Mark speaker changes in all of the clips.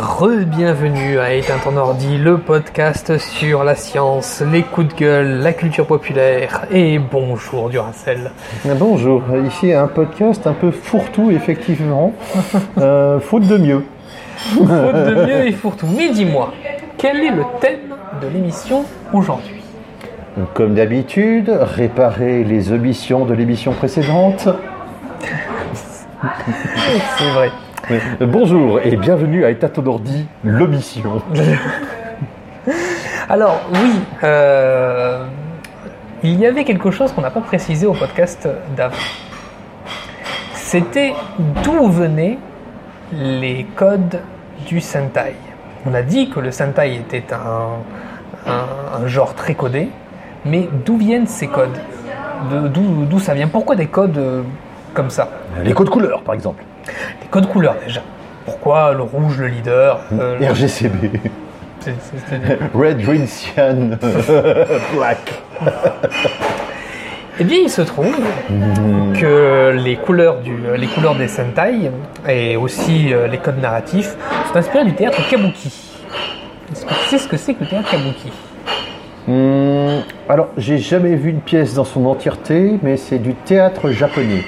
Speaker 1: Re-bienvenue à Éteint en ordi, le podcast sur la science, les coups de gueule, la culture populaire et bonjour Duracell.
Speaker 2: Mais Ah, Bonjour, ici un podcast un peu fourre-tout effectivement, Euh, faute de mieux.
Speaker 1: Faute de mieux et pour tout. Mais dis-moi, quel est le thème de l'émission aujourd'hui
Speaker 2: Donc, Comme d'habitude, réparer les omissions de l'émission précédente.
Speaker 1: C'est vrai.
Speaker 2: Mais, euh, bonjour et bienvenue à État d'ordi, l'omission.
Speaker 1: Alors oui, euh, il y avait quelque chose qu'on n'a pas précisé au podcast d'avant. C'était d'où venaient les codes du Sentai. On a dit que le Sentai était un, un- un genre très codé, mais d'où viennent ces codes De- D'où d'où ça vient Pourquoi des codes euh, comme ça
Speaker 2: Les codes couleurs par exemple.
Speaker 1: Des codes couleurs déjà. Pourquoi le rouge, le leader euh, le-
Speaker 2: RGCB,
Speaker 1: c'est- c'est- c'est-
Speaker 2: Red, Green, Cyan, Black.
Speaker 1: Eh bien, il se trouve que les couleurs, du, les couleurs des Sentai et aussi euh, les codes narratifs sont inspirés du théâtre Kabuki. Est-ce que tu sais ce que c'est que le théâtre Kabuki
Speaker 2: Hum, alors, j'ai jamais vu une pièce dans son entièreté, mais c'est du théâtre japonais.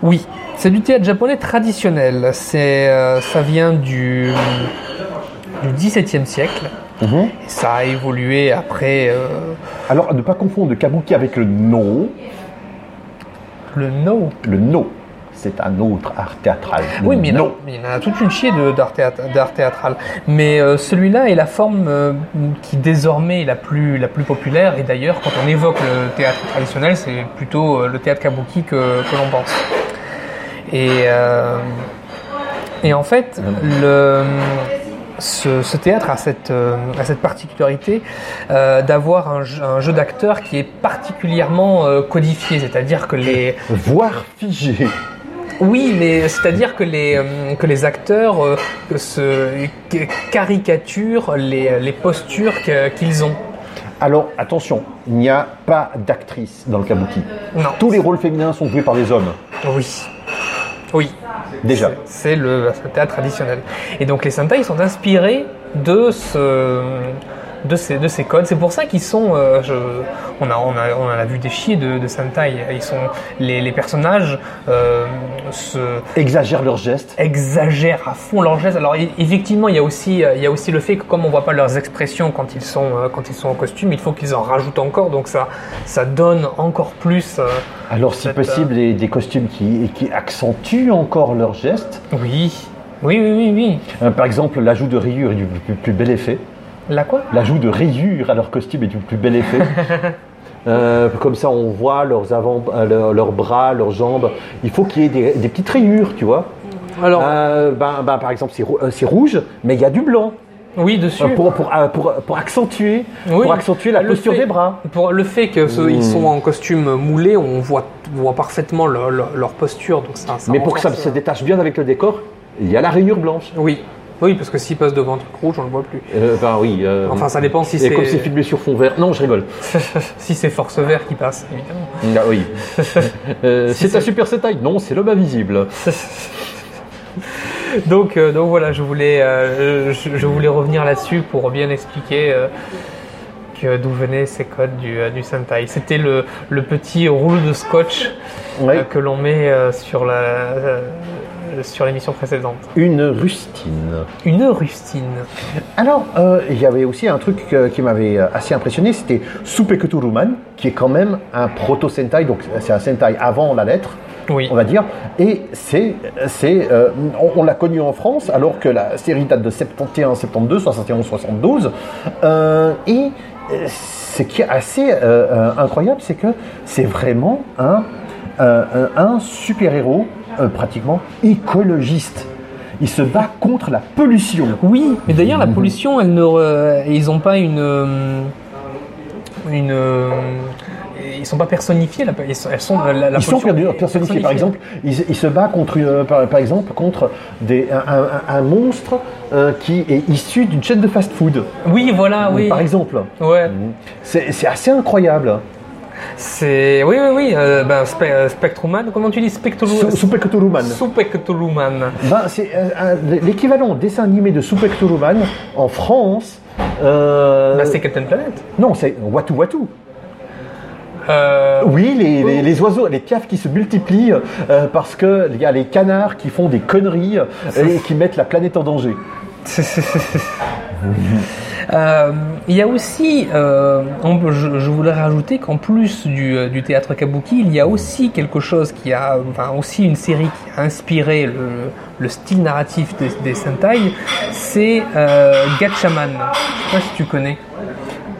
Speaker 1: Oui, c'est du théâtre japonais traditionnel. C'est, euh, ça vient du, du XVIIe siècle.
Speaker 2: Mhm.
Speaker 1: Et ça a évolué après euh,
Speaker 2: Alors, à ne pas confondre le kabuki avec le no.
Speaker 1: le No.
Speaker 2: Le no, c'est un autre art théâtral.
Speaker 1: Oui, mais il, y en a,
Speaker 2: non.
Speaker 1: mais il y en a toute une chier de- d'art théât- d'art théâtral. Mais euh, celui-là est la forme euh, qui désormais est la plus, la plus populaire. Et d'ailleurs, quand on évoque le théâtre traditionnel, c'est plutôt euh, le théâtre kabuki que, que l'on pense. Et, euh, et en fait, le, ce, ce théâtre a cette, euh, a cette particularité euh, d'avoir un, jeu- un jeu d'acteurs qui est particulièrement euh, codifié. C'est-à-dire que les,
Speaker 2: Voire figé.
Speaker 1: oui, mais c'est-à-dire que les, euh, que les acteurs euh, que se que- caricaturent les, les postures que- qu'ils ont.
Speaker 2: Alors, attention, il n'y a pas d'actrice dans le kabuki.
Speaker 1: Non.
Speaker 2: Tous les rôles féminins sont joués par des hommes,
Speaker 1: Oui. Oui.
Speaker 2: déjà.
Speaker 1: C'est- C'est le, c'est le théâtre traditionnel. Et donc les Sentai ils sont inspirés de ce. De ces, de ces codes. C'est pour ça qu'ils sont. euh, je- on, a, on, a, on en a vu des chiers de, de Sentai. Ils sont, les, les personnages euh, se,
Speaker 2: Exagèrent leurs gestes.
Speaker 1: exagèrent à fond leurs gestes. Alors e- effectivement, il y a aussi euh, il y a aussi le fait que comme on voit pas leurs expressions quand ils sont euh, quand ils sont en costume, il faut qu'ils en rajoutent encore. Donc ça ça donne encore plus. euh,
Speaker 2: Alors, si
Speaker 1: Cette,
Speaker 2: possible, des, des costumes qui, qui accentuent encore leurs gestes.
Speaker 1: Oui. Oui oui oui oui.
Speaker 2: Euh, par exemple, l'ajout de rayures est du plus, plus bel effet.
Speaker 1: La quoi
Speaker 2: L'ajout de rayures à leur costume est du plus bel effet. Euh, comme ça, on voit leurs, avant, euh, leurs, leurs bras, leurs jambes. Il faut qu'il y ait des, des petites rayures, tu vois.
Speaker 1: Alors
Speaker 2: Euh, ben, ben, par exemple, c'est rou- euh, c'est rouge, mais il y a du blanc
Speaker 1: oui dessus.
Speaker 2: Euh, pour, pour, euh, pour- pour accentuer,
Speaker 1: Oui,
Speaker 2: pour accentuer la
Speaker 1: le
Speaker 2: posture
Speaker 1: fait-
Speaker 2: des bras.
Speaker 1: Pour le fait que ceux- ils
Speaker 2: Hmm.
Speaker 1: sont en costume moulé, on voit on voit parfaitement leur, leur- leur posture. Donc ça, ça
Speaker 2: Mais pour que ça
Speaker 1: renforce,
Speaker 2: se
Speaker 1: euh,
Speaker 2: détache bien avec le décor, il y a la rayure blanche.
Speaker 1: Oui. Oui, parce que s'ils passent devant un truc rouge, on le voit plus.
Speaker 2: Euh, ben oui. euh,
Speaker 1: Enfin, ça dépend si
Speaker 2: et
Speaker 1: c'est-
Speaker 2: comme c'est filmé sur fond vert. Non, je rigole.
Speaker 1: si c'est force vert qui passe, évidemment.
Speaker 2: Ah oui. Euh, c'est un super Sentai. Non, c'est l'homme invisible.
Speaker 1: donc, euh, donc voilà, je voulais, euh, je, je voulais revenir là-dessus pour bien expliquer euh, que d'où venaient ces codes du, euh, du Sentai. C'était le, le petit rouleau de scotch
Speaker 2: Ouais.
Speaker 1: euh, que l'on met euh, sur la. euh, sur l'émission précédente.
Speaker 2: Une rustine.
Speaker 1: Une rustine.
Speaker 2: Alors, euh, il y avait aussi un truc que- qui m'avait euh, assez impressionné, c'était Supekuturuman, qui est quand même un proto-sentai, donc c'est un sentai avant la lettre,
Speaker 1: Oui.
Speaker 2: on va dire, et c'est, c'est, euh, on, on l'a connu en France, alors que la série date de 71, 72, 71, 72, euh, et euh, ce qui est assez euh, euh, incroyable, c'est que c'est vraiment un, euh, un un super-héros euh, pratiquement écologiste. Il se bat contre la pollution.
Speaker 1: Oui, mais d'ailleurs la
Speaker 2: Mhm.
Speaker 1: pollution, elle ne, re- ils n'ont pas une, euh, une, euh, ils sont pas personnifiés. La, ils sont, elles sont euh, la, la
Speaker 2: Ils sont
Speaker 1: pollution
Speaker 2: perdu-
Speaker 1: est
Speaker 2: personnifiés. Par exemple, ils, ils se battent contre, euh, par, par exemple, contre des, un, un- un monstre euh, qui est issu d'une chaîne de fast-food,
Speaker 1: Oui, voilà, oui.
Speaker 2: par exemple.
Speaker 1: Ouais.
Speaker 2: C'est c'est assez incroyable.
Speaker 1: C'est oui oui oui euh, ben spe- euh, Spectruman comment tu dis Spectrum
Speaker 2: Su- Super Cthulhu Man.
Speaker 1: Spectruman
Speaker 2: Ben, c'est euh, un- l'équivalent dessin animé de Super Cthulhu Man en France. euh,
Speaker 1: Bah, c'est Captain Planet
Speaker 2: non, c'est Watu Watu.
Speaker 1: euh,
Speaker 2: Oui, les, les- les oiseaux, les piafs qui se multiplient euh, parce qu'il y a les canards qui font des conneries euh, et qui mettent la planète en danger.
Speaker 1: Euh, Il y a aussi, euh, on peut- je, je voulais rajouter qu'en plus du, euh, du théâtre kabuki, il y a aussi quelque chose qui a, enfin aussi une série qui a inspiré le, le style narratif des, des Sentai, c'est euh, Gatchaman. Je sais pas si tu connais.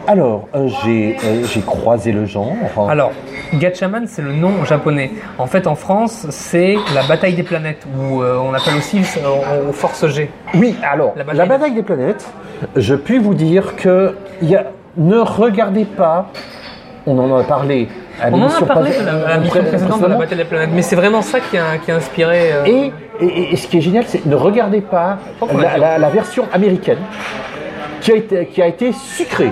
Speaker 2: Alors, euh, j'ai euh, j'ai croisé le genre.
Speaker 1: Alors, Gatchaman, c'est le nom japonais. En fait, en France, c'est la bataille des planètes, ou euh, on appelle aussi euh, Force G.
Speaker 2: oui, alors,
Speaker 1: La
Speaker 2: la
Speaker 1: bataille
Speaker 2: bataille,
Speaker 1: des-
Speaker 2: des planètes, je puis vous dire que il y a- ne regardez pas, on en a parlé à
Speaker 1: On en a
Speaker 2: l'émission
Speaker 1: parlé
Speaker 2: pré-
Speaker 1: de la, à la
Speaker 2: pré-
Speaker 1: mission précédente de la
Speaker 2: précédemment.
Speaker 1: bataille des planètes, mais c'est vraiment ça qui a, qui a inspiré. euh,
Speaker 2: Et, et- et ce qui est génial, c'est ne regardez pas
Speaker 1: Pourquoi
Speaker 2: la,
Speaker 1: dire
Speaker 2: la- la version américaine qui a été, qui a été sucrée.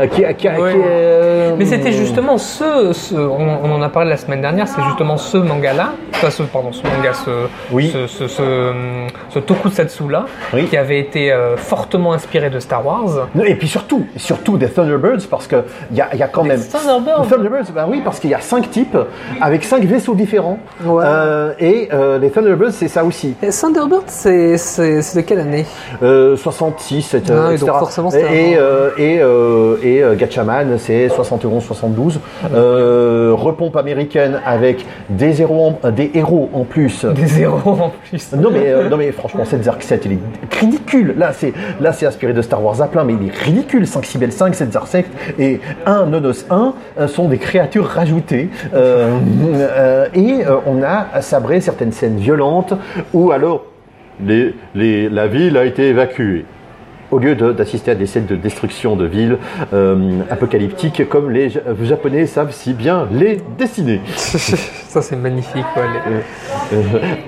Speaker 2: Euh, qui a- qui a-
Speaker 1: Ouais.
Speaker 2: qui a- euh,
Speaker 1: Mais c'était justement ce, ce- on, on en a parlé la semaine dernière, c'est justement ce manga-là, enfin, ce, pardon, ce manga, ce,
Speaker 2: Oui.
Speaker 1: ce, ce, ce, hum, ce tokusatsu-là,
Speaker 2: Oui.
Speaker 1: qui avait été euh, fortement inspiré de Star Wars.
Speaker 2: Non, Et puis surtout, surtout des Thunderbirds parce que il y, a- il y a quand même
Speaker 1: Thunderbirds
Speaker 2: Thunderbirds, ben oui, parce qu'il y a cinq types avec cinq vaisseaux différents.
Speaker 1: Ouais.
Speaker 2: Euh, et euh, les Thunderbirds, c'est ça aussi.
Speaker 1: Thunderbird, c'est de quelle année
Speaker 2: Euh, 66, et,
Speaker 1: Ah
Speaker 2: euh,
Speaker 1: oui,
Speaker 2: etc.
Speaker 1: donc forcément,
Speaker 2: et
Speaker 1: c'était
Speaker 2: et,
Speaker 1: avant.
Speaker 2: euh, et, euh, et, euh, Gatchaman, c'est 71, 72. Euh, repompe américaine avec des héros, en- des héros en plus.
Speaker 1: Des zéros en plus.
Speaker 2: Non mais, euh, non mais franchement, cette Zark 7, il est ridicule. Là, c'est là c'est inspiré de Star Wars à plein, mais il est ridicule. 5 Sibel 5, 7 Zark 7 et 1 Nonos 1 euh, sont des créatures rajoutées. Euh, euh, et euh, on a sabré certaines scènes violentes ou alors les, les- la ville a été évacuée. Au lieu de- d'assister à des scènes de destruction de villes euh, apocalyptiques comme les Ja- Japonais savent si bien les dessiner.
Speaker 1: ça, c'est magnifique. ouais, les-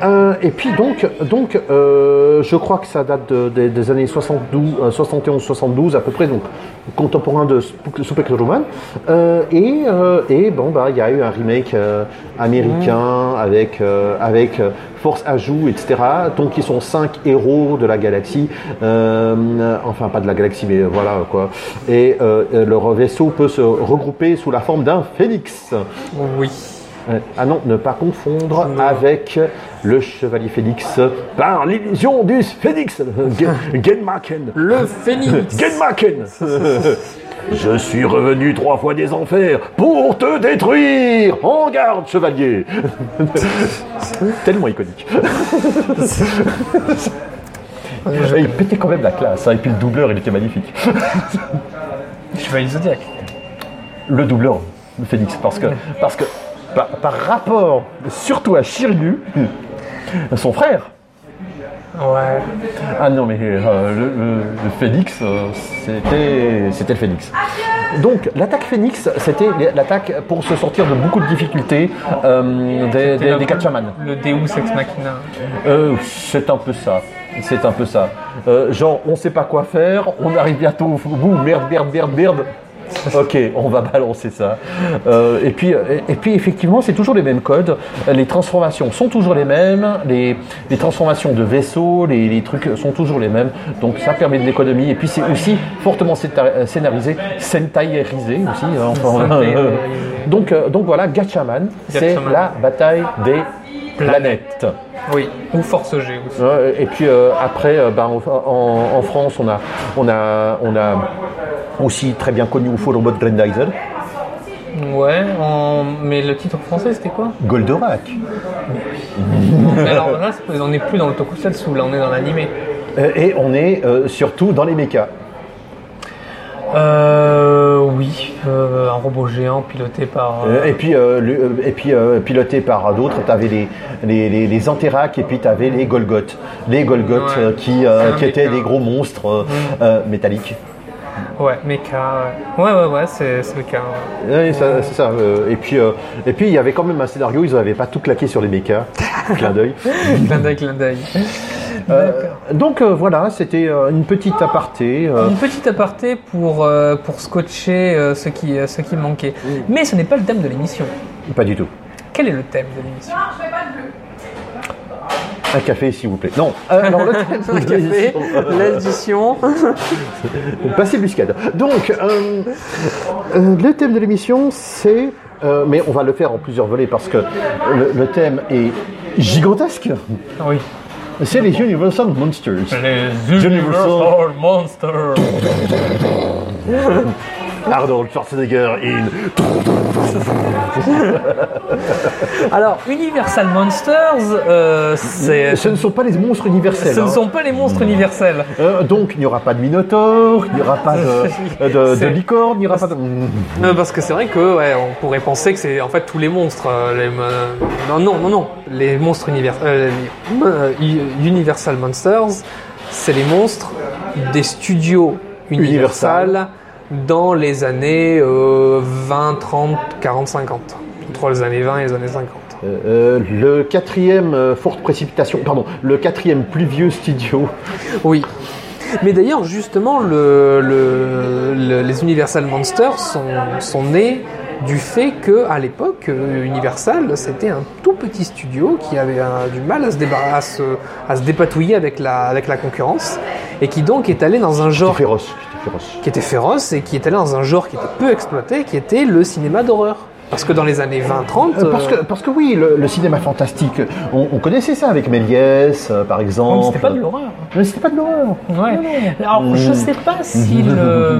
Speaker 2: Euh, et puis donc, donc euh, je crois que ça date de- de- des années 71-72 à peu près, donc contemporain de Sp- Super Roman. Euh, et, euh, et bon, bah, il y a eu un remake euh, américain avec, euh, avec euh, Force Ajout, etc. Donc ils sont cinq héros de la galaxie, Euh, enfin pas de la galaxie, mais voilà quoi. Et euh, leur vaisseau peut se regrouper sous la forme d'un phénix.
Speaker 1: Oui.
Speaker 2: Ouais. Ah non, ne pas confondre avec le Chevalier Phénix par l'illusion du Phénix Gen- Genmaken
Speaker 1: Le phénix
Speaker 2: Genmaken Je suis revenu trois fois des enfers pour te détruire En garde, chevalier Tellement iconique Et Il pétait quand même la classe, hein, et puis le doubleur, il était magnifique.
Speaker 1: Je vais le zodiac.
Speaker 2: le doubleur de Phoenix parce que parce que par, par rapport surtout à Shiryu son frère
Speaker 1: Ouais.
Speaker 2: ah non mais euh, le, le- le Phoenix euh, c'était c'était le Phoenix donc l'attaque Phoenix c'était l'attaque pour se sortir de beaucoup de difficultés euh, des, des,
Speaker 1: le-
Speaker 2: des Gatchaman.
Speaker 1: Le Deus Ex Machina.
Speaker 2: Euh, c'est un peu ça. C'est un peu ça. Euh, genre, on sait pas quoi faire, on arrive bientôt au bout, merde, merde, merde, merde. Ok, on va balancer ça. Euh, et, puis, et, et puis, effectivement, c'est toujours les mêmes codes. Les transformations sont toujours les mêmes. Les, les transformations de vaisseaux, les, les trucs sont toujours les mêmes. Donc, ça permet de l'économie. Et puis, c'est aussi fortement scénar- scénarisé, sentairisé aussi. hein, enfin,
Speaker 1: Sentairisé.
Speaker 2: donc, euh, donc, voilà, Gatchaman, c'est
Speaker 1: Gatchaman.
Speaker 2: la bataille des planètes.
Speaker 1: Oui. Ou Force G aussi.
Speaker 2: Ouais, et puis euh, après, euh, ben, en, en- en France, on a, on, a, on a aussi très bien connu UFO Robot Grandizer,
Speaker 1: Ouais, en- mais le titre français c'était quoi
Speaker 2: Goldorak.
Speaker 1: Mais Alors là, c'est- on n'est plus dans le tokusatsu, là on est dans l'animé.
Speaker 2: Euh, Et on est euh, surtout dans les mechas.
Speaker 1: Euh. Oui, euh, un robot géant piloté par. euh,
Speaker 2: Euh, et puis, euh, le- euh, et puis euh, piloté par d'autres, tu avais les, les, les, les Antéracs et puis tu avais les Golgoth. Les Golgoth
Speaker 1: Ouais.
Speaker 2: euh, qui, euh,
Speaker 1: C'est un
Speaker 2: qui étaient
Speaker 1: mecha.
Speaker 2: des gros monstres euh, euh, métalliques.
Speaker 1: Ouais, mecha. Ouais, ouais, ouais, ouais, c'est c'est le cas. ouais.
Speaker 2: Oui, ça- c'est ça. euh, et, puis, euh, et puis, il y avait quand même un scénario, ils n'avaient pas tout claqué sur les mechas. Clin d'œil.
Speaker 1: clin d'œil, clin d'œil.
Speaker 2: Euh,
Speaker 3: D'accord.
Speaker 2: donc euh, voilà, c'était euh, une petite aparté. euh,
Speaker 3: Une petite aparté pour, euh, pour scotcher euh, ce, qui, euh, ce qui manquait. Mais ce n'est pas le thème de l'émission.
Speaker 2: pas du tout.
Speaker 3: Quel est le thème de l'émission
Speaker 2: Un café, s'il vous plaît. Non. Euh, alors le
Speaker 1: Un café, l'addition.
Speaker 2: Passez buscade. Donc, euh, euh, le thème de l'émission, c'est. euh, mais on va le faire en plusieurs volets parce que le, le thème est gigantesque.
Speaker 3: Oui.
Speaker 2: C'est les Universal Monsters.
Speaker 3: Les
Speaker 2: Universal
Speaker 3: Monsters.
Speaker 2: Arnold Schwarzenegger in.
Speaker 3: Alors, Universal Monsters, euh, c'est-
Speaker 2: Ce ne sont pas les monstres universels.
Speaker 3: ce ne
Speaker 2: hein.
Speaker 3: sont pas les monstres universels.
Speaker 2: Euh, donc, il n'y aura pas de Minotaur, il n'y aura pas de, de- de
Speaker 3: C'est-
Speaker 2: licorne, il n'y aura pas de.
Speaker 1: Non, parce que c'est vrai que ouais, on pourrait penser que c'est en fait tous les monstres. euh, les, euh, non, non, non, non. Les monstres univers, euh, les, euh, U- Universal Monsters, c'est les monstres des studios Universal,
Speaker 2: Universal.
Speaker 1: dans les années euh, 20, 30, 40, 50. Entre les années 20 et les années 50.
Speaker 2: Euh, le quatrième euh, forte précipitation, pardon, le quatrième pluvieux studio.
Speaker 1: Oui. Mais d'ailleurs, justement, le, le- le- les Universal Monsters sont, sont nés du fait que à l'époque, euh, Universal, c'était un tout petit studio qui avait euh, du mal à se, débarrasser, à se, à se dépatouiller avec la, avec la concurrence et qui donc est allé dans un
Speaker 2: C'était
Speaker 1: genre
Speaker 2: féroce, c'était féroce.
Speaker 1: qui était féroce et qui est allé dans un genre qui était peu exploité, qui était le cinéma d'horreur. Parce que dans les années 20-30...
Speaker 2: Euh, parce, que, parce que oui, le, le cinéma fantastique, on, on connaissait ça avec Méliès, euh, par exemple.
Speaker 3: Oh, mais C'était pas de l'horreur.
Speaker 2: Mais c'était pas de l'horreur.
Speaker 3: Ouais. Alors,
Speaker 2: Mm.
Speaker 3: je sais pas si le, euh,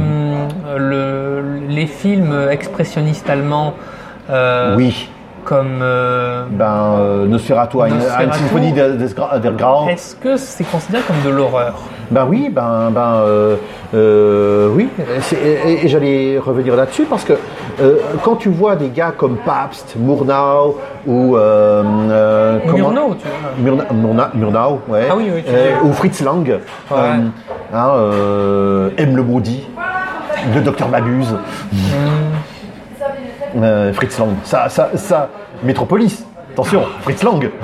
Speaker 3: le- les films expressionnistes allemands euh,
Speaker 2: Oui,
Speaker 3: comme. euh,
Speaker 2: ben, euh, Nosferatu, une, une
Speaker 3: Nosferatu.
Speaker 2: symphonie des- des gra- des grands.
Speaker 3: Est-ce que c'est considéré comme de l'horreur
Speaker 2: Ben oui, ben, ben, euh, euh, oui. C'est- Et, et- et j'allais revenir là-dessus parce que euh, quand tu vois des gars comme Pabst, Murnau ou. euh, euh, comment-
Speaker 3: Murnau, tu vois.
Speaker 2: Murna- Murna- Murnau, ouais.
Speaker 3: Ah oui, oui, tu
Speaker 2: Euh,
Speaker 3: dis.
Speaker 2: ou Fritz Lang, euh, hein, euh, M. Le Maudit, le docteur Babuse,
Speaker 3: Mm.
Speaker 2: Euh, Fritz Lang, ça, ça, ça, Métropolis, attention, Fritz Lang.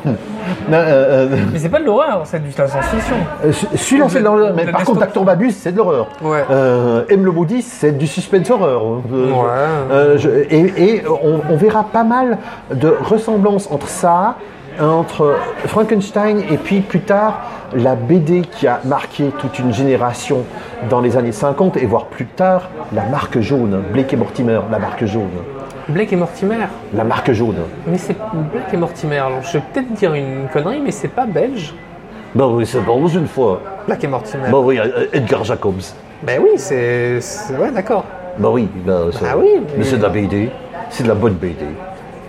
Speaker 2: Euh, euh,
Speaker 3: Mais c'est pas de l'horreur, c'est du- de la science-fiction.
Speaker 2: euh, Celui-là, c'est de l'horreur, mais
Speaker 3: Le
Speaker 2: par
Speaker 3: desktop.
Speaker 2: contre, Docteur Babuse, c'est de l'horreur.
Speaker 1: Ouais.
Speaker 2: Euh, M. Le Maudit, c'est du suspense horreur. Euh,
Speaker 1: Ouais.
Speaker 2: euh, je- et et on, on verra pas mal de ressemblances entre ça, entre Frankenstein et puis plus tard la BD qui a marqué toute une génération dans les années 50 et voire plus tard la marque jaune, Blake et Mortimer, la marque jaune,
Speaker 1: Blake et Mortimer.
Speaker 2: la marque jaune.
Speaker 1: Mais c'est Blake et Mortimer. Alors, je vais peut-être dire une connerie, mais c'est pas belge.
Speaker 2: Bon Bah oui, c'est bon une fois.
Speaker 1: Black et Mortimer.
Speaker 2: Bon oui, Edgar Jacobs.
Speaker 1: Ben oui, c'est. c'est- Ouais, d'accord.
Speaker 2: Bah oui,
Speaker 1: Bah oui, mais- mais c'est de la
Speaker 2: BD, c'est de la bonne BD.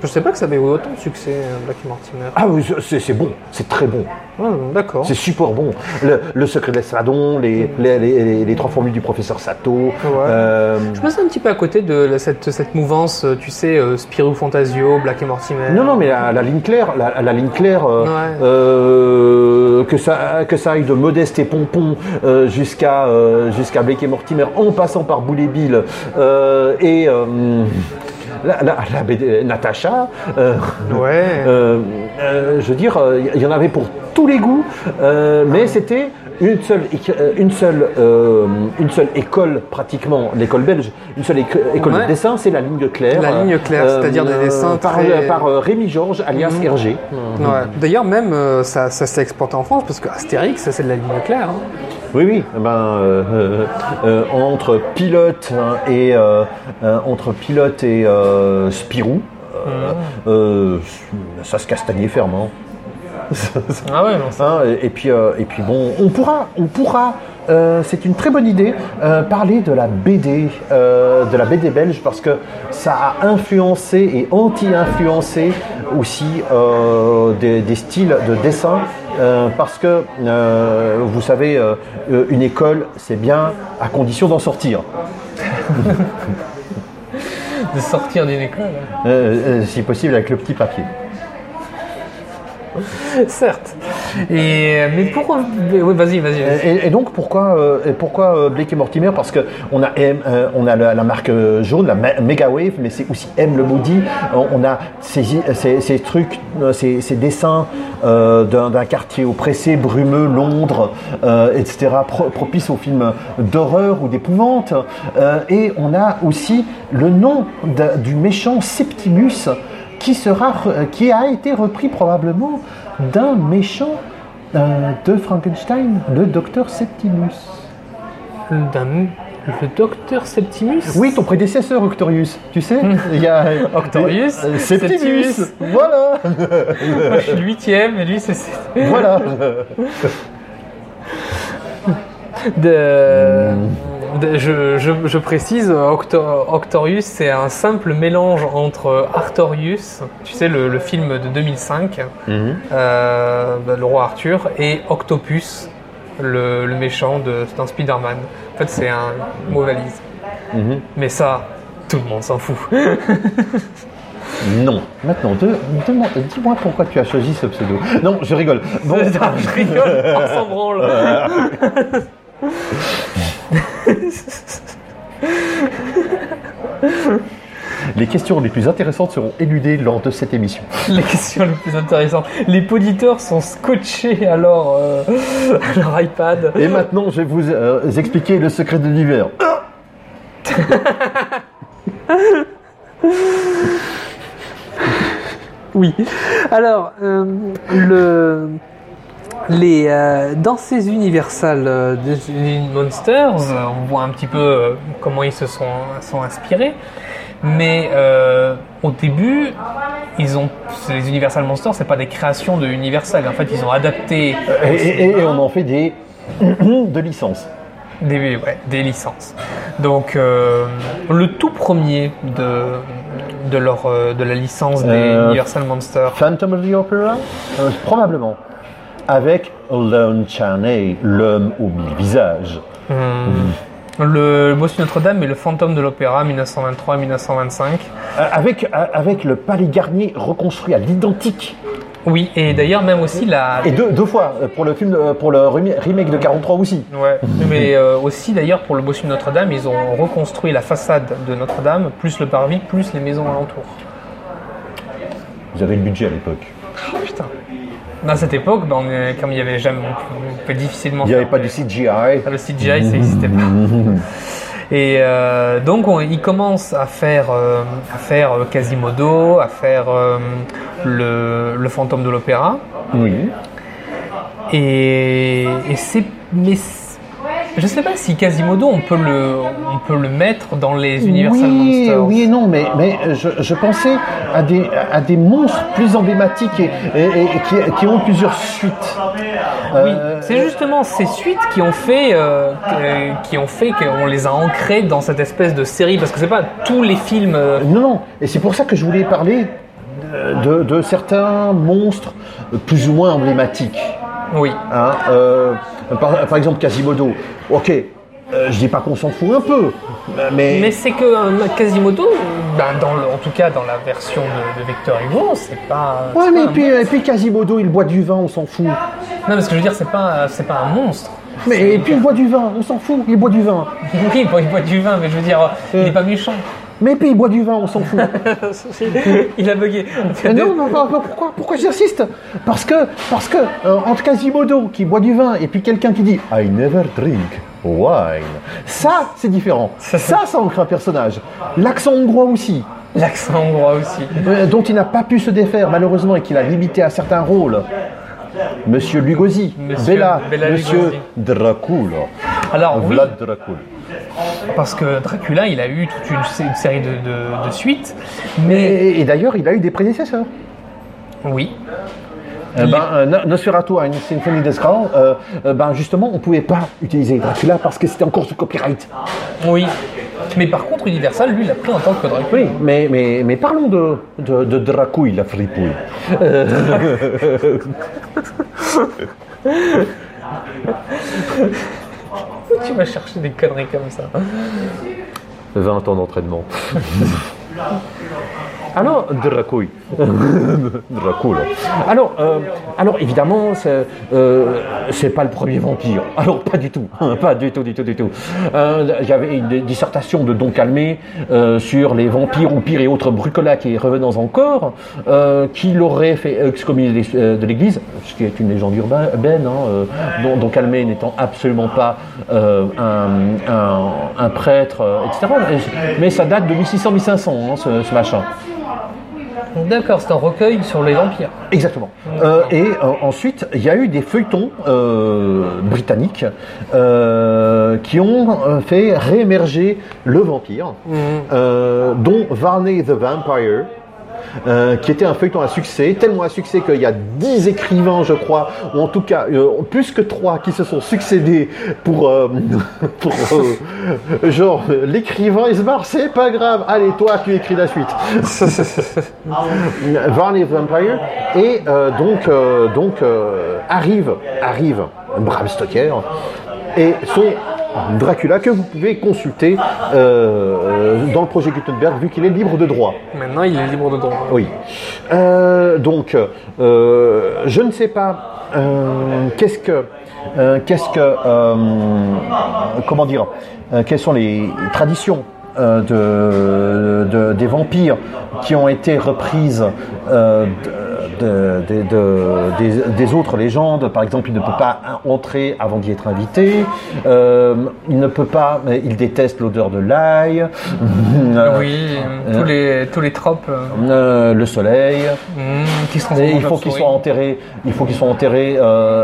Speaker 1: Je sais pas que ça avait eu autant de succès, euh, Black et Mortimer.
Speaker 2: Ah oui, c'est c'est bon, c'est très bon.
Speaker 1: Ouais, d'accord.
Speaker 2: C'est super bon. Le, le secret de l'Estradon, les, les, les, les- les trois formules du professeur Sato. euh,
Speaker 1: Je passe un petit peu à côté de la- cette, cette mouvance, euh, tu sais, euh, Spirou Fantasio, Black et Mortimer.
Speaker 2: non, non, mais la, la ligne claire, la, la ligne claire, euh,
Speaker 1: Ouais.
Speaker 2: euh, que, ça, que ça aille de Modeste et Pompon euh, jusqu'à euh, jusqu'à Blake et Mortimer, en passant par Boulet Bill euh, et euh, la, la, la BD Natacha. euh,
Speaker 1: Ouais.
Speaker 2: Euh, euh, je veux dire, euh, il y en avait pour tous les goûts, euh, mais c'était une seule, éc- euh, une, seule, euh, une seule école, pratiquement, l'école belge, une seule éc- école
Speaker 1: Ouais.
Speaker 2: de dessin, c'est la ligne claire. euh,
Speaker 1: La ligne claire, c'est-à-dire des dessins
Speaker 2: par,
Speaker 1: très-
Speaker 2: par, euh, Rémi Georges, alias
Speaker 1: Mhm.
Speaker 2: Hergé.
Speaker 1: Ouais. D'ailleurs, même euh, ça, ça s'est exporté en France parce que Astérix, ça, c'est de la ligne claire. hein.
Speaker 2: Oui, oui, eh ben, euh, euh, euh, entre pilote hein, et, euh, euh, entre pilote et euh, Spirou, euh,
Speaker 1: Mhm.
Speaker 2: euh, ça se castagnait ferme. hein.
Speaker 3: Ah ouais, non, c'est-
Speaker 2: Hein, et, et puis, euh, et puis bon, on pourra, on pourra. euh, c'est une très bonne idée euh, parler de la BD, euh, de la BD belge parce que ça a influencé et anti-influencé aussi euh, des, des styles de dessin euh, parce que euh, vous savez, euh, euh, une école c'est bien à condition d'en sortir.
Speaker 3: de sortir d'une école.
Speaker 2: Euh, euh, si possible avec le petit papier.
Speaker 1: Certes. Et, euh, mais pour. Oui, vas-y, vas-y. vas-y.
Speaker 2: Et, et donc pourquoi, euh, et pourquoi euh, Blake et Mortimer Parce que on a M, euh, on a la, la marque euh, jaune, la Ma- Mega Wave, mais c'est aussi M le Moody. On, on a ces, ces, ces trucs, euh, ces, ces dessins euh, d'un d'un quartier oppressé, brumeux, Londres, euh, etc., pro- propice aux films d'horreur ou d'épouvante. Euh, et on a aussi le nom d'un- du méchant Septimus qui sera, re- qui a été repris probablement d'un méchant euh, de Frankenstein, le docteur Septimus.
Speaker 1: D'un- Le docteur Septimus
Speaker 2: Euh. Oui, ton prédécesseur, Octorius, tu sais il y a,
Speaker 1: Hmm. Octorius,
Speaker 2: Euh, Septimus,
Speaker 1: Septimus.
Speaker 2: Voilà
Speaker 1: Moi, je suis huitième et lui, c'est. c'est-
Speaker 2: Voilà
Speaker 1: De... de- je, je- je précise, Octo- Octorius, c'est un simple mélange entre Artorius, tu sais, le, le film de 2005,
Speaker 2: Mhm.
Speaker 1: euh, bah, le roi Arthur, et Octopus, le, le méchant de- d'un Spider-Man. En fait, c'est un mot valise. Mais ça, tout le monde s'en fout.
Speaker 2: Non. Maintenant, de- demande- dis-moi pourquoi tu as choisi ce pseudo. Non, je rigole. Bon,
Speaker 1: je rigole, on s'en branle.
Speaker 2: les questions les plus intéressantes seront éludées lors de cette émission.
Speaker 1: Les questions les plus intéressantes. Les poditeurs sont scotchés à leur, euh, à leur iPad.
Speaker 2: Et maintenant, je vais vous euh, expliquer le secret de l'hiver.
Speaker 4: Oui. Alors, euh, le, les, euh, dans ces universales euh, de-
Speaker 1: In Monsters, euh, on voit un petit peu euh, comment ils se sont, sont inspirés. Mais euh, au début, ils ont, les Universal Monsters, c'est pas des créations de Universal. En fait, ils ont adapté euh,
Speaker 2: Et, et- et on en fait des de licence.
Speaker 1: des, ouais, des licences. Donc, euh, le tout premier de, de, leur, euh, de la licence des
Speaker 2: Euh,
Speaker 1: Universal Monsters,
Speaker 2: Phantom of the Opera Euh, Probablement. Avec Lon Chaney, l'homme oublie visage.
Speaker 1: hum, le Bossu Notre-Dame et le Fantôme de l'Opéra 1923-1925.
Speaker 2: Euh, Avec, euh, avec le palais Garnier reconstruit à l'identique.
Speaker 1: Oui, et d'ailleurs, même aussi la,
Speaker 2: Et deux, deux fois, euh, pour le, film, euh, pour le remi- remake de 43 aussi.
Speaker 1: Ouais, mais euh, aussi d'ailleurs pour le bossu de Notre-Dame, ils ont reconstruit la façade de Notre-Dame, plus le parvis, plus les maisons alentour.
Speaker 2: Vous avez le budget à l'époque.
Speaker 1: Oh, putain. Dans cette époque, ben, on est- comme il y avait jamais, on pouvait difficilement.
Speaker 2: Il n'y avait
Speaker 1: faire
Speaker 2: pas
Speaker 1: des-
Speaker 2: du CGI.
Speaker 1: Ah, Le CGI, ça n'existait pas. Et euh, donc, on- ils commencent à faire, euh, à faire euh, Quasimodo, à faire euh, le, le fantôme de l'opéra.
Speaker 2: Oui.
Speaker 1: Et, et c'est. Mais c'est- je sais pas si Quasimodo, on peut le, on peut le mettre dans les Universal
Speaker 2: oui,
Speaker 1: Monsters. Ah.
Speaker 2: oui et non, mais, mais euh, je, je pensais à des, à des monstres plus emblématiques et, et- et- et qui, qui ont plusieurs suites.
Speaker 1: Oui,
Speaker 2: Euh,
Speaker 1: c'est justement ces suites qui ont fait, euh, que- qui ont fait qu'on les a ancrées dans cette espèce de série, parce que c'est pas tous les films. euh,
Speaker 2: Non, non, et c'est pour ça que je voulais parler de, de certains monstres plus ou moins emblématiques.
Speaker 1: oui,
Speaker 2: hein. Euh, par, par exemple, Quasimodo. Ok, euh, je dis pas qu'on s'en fout un peu, mais,
Speaker 1: mais c'est que euh, Quasimodo, ben, dans le- en tout cas dans la version de, de Victor Hugo, c'est pas. c'est
Speaker 2: ouais, mais
Speaker 1: pas un-
Speaker 2: puis, et puis Quasimodo, il boit du vin, on s'en fout.
Speaker 1: Non, parce que je veux dire, c'est pas, c'est pas un monstre.
Speaker 2: Mais et puis il boit du vin, on s'en fout, il boit du vin.
Speaker 1: Oui, il boit- il boit du vin, mais je veux dire, euh, il
Speaker 2: Euh.
Speaker 1: n'est pas méchant.
Speaker 2: Mais puis il boit du vin, on s'en fout.
Speaker 1: il a bugué.
Speaker 2: Mais Ah non, non, non, non, pourquoi, pourquoi j'insiste Parce que, parce que euh, entre Quasimodo qui boit du vin et puis quelqu'un qui dit I never drink wine, ça c'est différent. Ça, ça ancre un personnage. L'accent hongrois aussi,
Speaker 1: L'accent hongrois aussi.
Speaker 2: euh, dont il n'a pas pu se défaire malheureusement et qu'il a limité à certains rôles. Monsieur Lugosi,
Speaker 1: Monsieur
Speaker 2: Bella, Ah
Speaker 1: Bela
Speaker 2: Monsieur
Speaker 1: Lugosi.
Speaker 2: Dracula,
Speaker 1: Alors, oui,
Speaker 2: Vlad Dracula.
Speaker 1: parce que Dracula, il a eu toute une, sé- une série de, de- de suites, mais
Speaker 2: Et, et d'ailleurs, il a eu des prédécesseurs.
Speaker 1: oui,
Speaker 2: Eh ben, euh, No- Nosferatu a une symphonie des Skrulls, euh, euh, ben justement, on pouvait pas utiliser Dracula parce que c'était encore sous copyright.
Speaker 1: Oui. Mais par contre, Universal, lui, l'a pris en tant que Dracula.
Speaker 2: Oui, mais, mais, mais parlons de, de, de Dracouille, la fripouille.
Speaker 1: Pourquoi tu vas chercher des conneries comme ça
Speaker 2: 20 ans d'entraînement. Alors, Dracouille. Dracul. Alors, euh, alors évidemment, c'est euh, c'est pas le premier vampire. Alors, pas du tout. hein, Pas du tout, du tout, du tout. Euh, J'avais une dissertation de Don Calmé euh, sur les vampires, pires et autres brucolaques et revenants encore, euh, qui l'aurait fait excommunier des- euh, de l'Église, ce qui est une légende urbaine, hein, euh, dont, dont Calmet n'étant absolument pas euh, un, un- un prêtre, euh, etc. Mais ça date de 1600-1500, hein, ce- ce machin.
Speaker 1: D'accord, c'est un recueil sur les vampires.
Speaker 2: Exactement. Euh, et euh, ensuite, il y a eu des feuilletons euh, britanniques euh, qui ont euh, fait réémerger le vampire, euh, dont Varney the Vampire. euh, qui était un feuilleton à succès, tellement à succès qu'il y a 10 écrivains, je crois, ou en tout cas euh, plus que 3 qui se sont succédés pour, euh, pour euh, genre euh, l'écrivain il se barre, c'est pas grave, allez toi tu écris la suite. Varney the Vampire et euh, donc euh, donc euh, arrive arrive Bram Stoker et son Dracula que vous pouvez consulter euh, dans le projet Gutenberg vu qu'il est libre de droit.
Speaker 4: Maintenant, il est libre de droit.
Speaker 2: Oui. Euh, donc, euh, je ne sais pas euh, qu'est-ce que. euh, qu'est-ce que. euh, comment dire euh, Quelles sont les traditions euh, de, de- des vampires qui ont été reprises euh, de- de- de- de- des, des autres légendes Par exemple, il ne peut pas entrer avant d'y être invité. euh, il ne peut pas. Il déteste l'odeur de l'ail.
Speaker 1: oui, euh, tous, les, tous les tropes euh,
Speaker 2: Euh, le soleil.
Speaker 1: mm, qui se
Speaker 2: Et
Speaker 1: transforment en
Speaker 2: il faut qu'il
Speaker 1: chauve-souris.
Speaker 2: soit enterré. Il faut qu'il soit enterré. euh,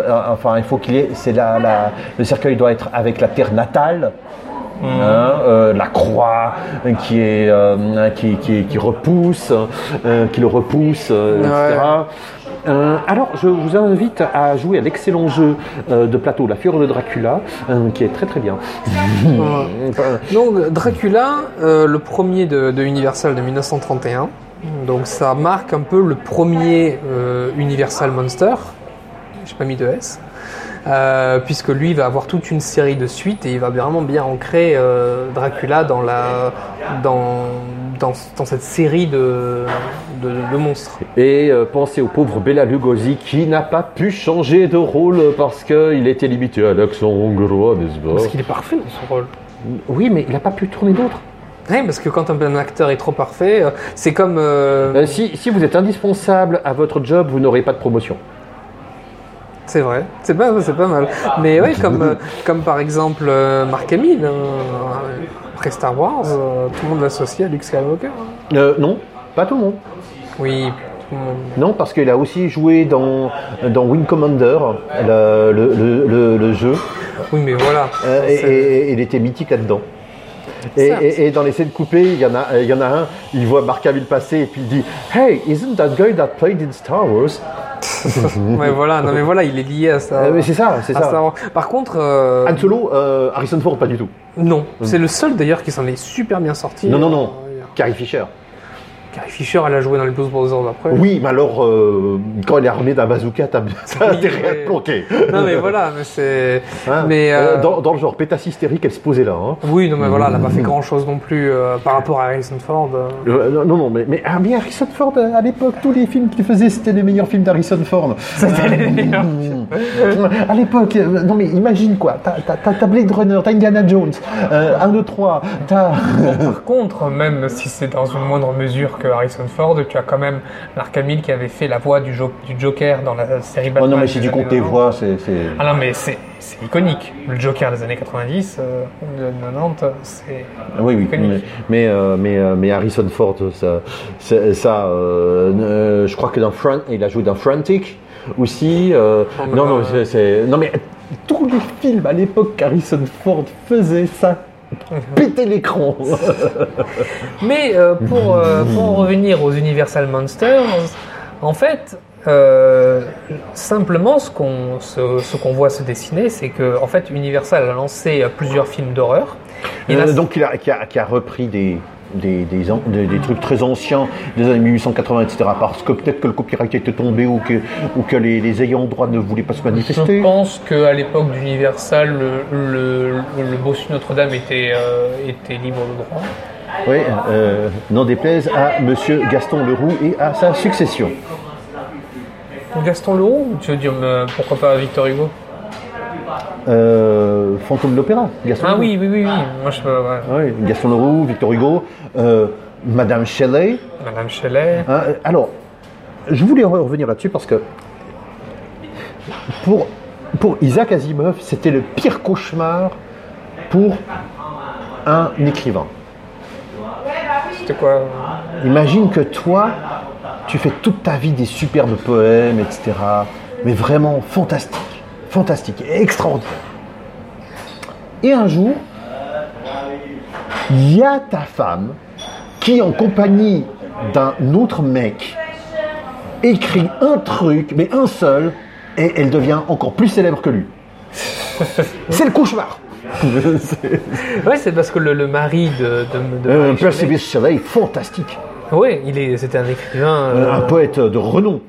Speaker 2: euh, enfin, il faut qu'il ait. C'est la, la- le cercueil doit être avec la terre natale. hein, euh, la croix euh, qui est euh, qui, qui- qui repousse, euh, qui le repousse, euh, etc. Euh, alors, je vous invite à jouer à l'excellent jeu euh, de plateau La Fureur de Dracula, euh, qui est très très bien.
Speaker 4: Donc Dracula, euh, le premier de, de Universal de 1931. Donc ça marque un peu le premier euh, Universal Monster. J'ai pas mis de S. Euh, puisque lui va avoir toute une série de suites et il va vraiment bien ancrer euh, Dracula dans, la, dans, dans, dans cette série de, de, de monstres.
Speaker 2: Et euh, pensez au pauvre Bela Lugosi qui n'a pas pu changer de rôle parce qu'il était limité à l'accent hongrois, n'est-ce pas
Speaker 4: Parce qu'il est parfait dans son rôle.
Speaker 2: Oui, mais il n'a pas pu tourner d'autres.
Speaker 4: Ouais, parce que quand un, un acteur est trop parfait, euh, c'est comme... euh,
Speaker 2: Euh, si, si vous êtes indispensable à votre job, vous n'aurez pas de promotion.
Speaker 4: C'est vrai, c'est pas, c'est pas mal. Mais oui, comme, euh, comme par exemple euh, Mark Hamill, hein, après Star Wars, euh, tout le monde l'associe à Luke Skywalker. hein.
Speaker 2: Euh, non, pas tout le monde.
Speaker 4: Oui, tout le monde.
Speaker 2: Non, parce qu'il a aussi joué dans, dans Wing Commander, le, le- le- le- le jeu,
Speaker 4: oui, mais voilà.
Speaker 2: Euh, et, et- et il était mythique là-dedans. Et,
Speaker 4: Certes.
Speaker 2: et- et dans les scènes coupées, il y, en a, euh, il y en a un, il voit Mark Hamill passer et puis il dit Hey, isn't that guy that played in Star Wars
Speaker 4: Ouais, voilà, non mais voilà, il est lié à Ah. ça.
Speaker 2: Euh, mais c'est ça, c'est
Speaker 4: à Star
Speaker 2: ça.
Speaker 4: Wars. Par contre, euh,
Speaker 2: Han Solo, euh, Harrison Ford, pas du tout.
Speaker 4: non, c'est le seul d'ailleurs qui s'en est super bien sorti.
Speaker 2: Hmm. Non, non, non.
Speaker 4: Euh,
Speaker 2: Carrie Fisher.
Speaker 4: Carrie Fisher, elle a joué dans les Blues Brothers après.
Speaker 2: Oui, mais alors, euh, quand elle est armée d'un bazooka, t'as t'as
Speaker 4: Oui,
Speaker 2: intérêt à
Speaker 4: mais-
Speaker 2: te planquer.
Speaker 4: Non mais voilà, mais c'est.
Speaker 2: Hein,
Speaker 4: mais
Speaker 2: euh,
Speaker 4: euh,
Speaker 2: dans, dans le genre pétasse hystérique, elle se posait là. hein.
Speaker 4: oui, non mais voilà, elle a pas fait grand chose non plus euh, par rapport à Harrison Ford. euh.
Speaker 2: Euh, non, non, non, mais, mais, ah, mais Harrison Ford, euh, à l'époque, tous les films qu'il faisait, c'était les meilleurs films d'Harrison Ford. C'était les meilleurs À l'époque, euh, non mais imagine quoi, t'as- t'as t'as- t'as Blade Runner, t'as Indiana Jones, euh, 1, 2, 3, t'as...
Speaker 1: Par contre, même si c'est dans une moindre mesure que Harrison Ford, tu as quand même Mark Hamill qui avait fait la voix du, Jo- du Joker dans la série
Speaker 2: Oh
Speaker 1: Batman. des années 90.
Speaker 2: c'est...
Speaker 1: Ah non, mais c'est c'est iconique. Le Joker des années 90, euh, de 90, c'est.
Speaker 2: Ah Oui, oui,
Speaker 1: Iconique.
Speaker 2: mais, mais, euh, mais, euh, mais Harrison Ford, ça, ça, ça, euh, euh, je crois que dans Fran il a joué dans Frantic aussi. euh,
Speaker 4: Oh,
Speaker 2: non,
Speaker 4: mais
Speaker 2: non,
Speaker 4: pas-
Speaker 2: c'est- c'est- non, mais tous les films à l'époque qu'Harrison Ford faisait ça. Péter l'écran.
Speaker 1: Mais euh, pour, euh, pour en revenir aux Universal Monsters, en fait, euh, simplement ce qu'on ce, ce qu'on voit se dessiner, c'est que en fait Universal a lancé euh, plusieurs films d'horreur. Et là,
Speaker 2: Euh, donc il a, qui a, qui a repris des, des, des, an- des- des trucs très anciens des années 1880, etc. Parce que peut-être que le copyright était tombé ou que, ou que les, les ayants droit ne voulaient pas se manifester.
Speaker 1: Je pense qu'à l'époque d'Universal, le, le, le bossu Notre-Dame était, euh, était libre de droit.
Speaker 2: Oui, euh, n'en déplaise à Monsieur Gaston Leroux et à sa succession.
Speaker 1: Gaston Leroux ou tu veux dire euh, pourquoi pas Victor Hugo
Speaker 2: Euh, fantôme de l'opéra, Gaston
Speaker 1: Ah
Speaker 2: Leroux. Ah
Speaker 1: oui, oui, oui, oui. Moi, je peux. ouais.
Speaker 2: Oui, Gaston Leroux, Victor Hugo, euh, Madame Shelley.
Speaker 1: Madame Chalet.
Speaker 2: Hein, euh, alors, je voulais re- revenir là-dessus parce que pour, pour Isaac Asimov, c'était le pire cauchemar pour un écrivain.
Speaker 1: C'était quoi euh,
Speaker 2: Imagine que toi, tu fais toute ta vie des superbes poèmes, etc. Mais vraiment fantastique, fantastique, extraordinaire. Et un jour, il y a ta femme qui, en compagnie d'un autre mec, écrit un truc, mais un seul, et elle devient encore plus célèbre que lui. C'est le cauchemar.
Speaker 1: Ouais, c'est parce que le, le mari de. de, de
Speaker 2: Euh,
Speaker 1: Marie Chalet-
Speaker 2: Percy Shelley, fantastique.
Speaker 1: Ouais, il est. C'était un écrivain. euh,
Speaker 2: un poète de renom.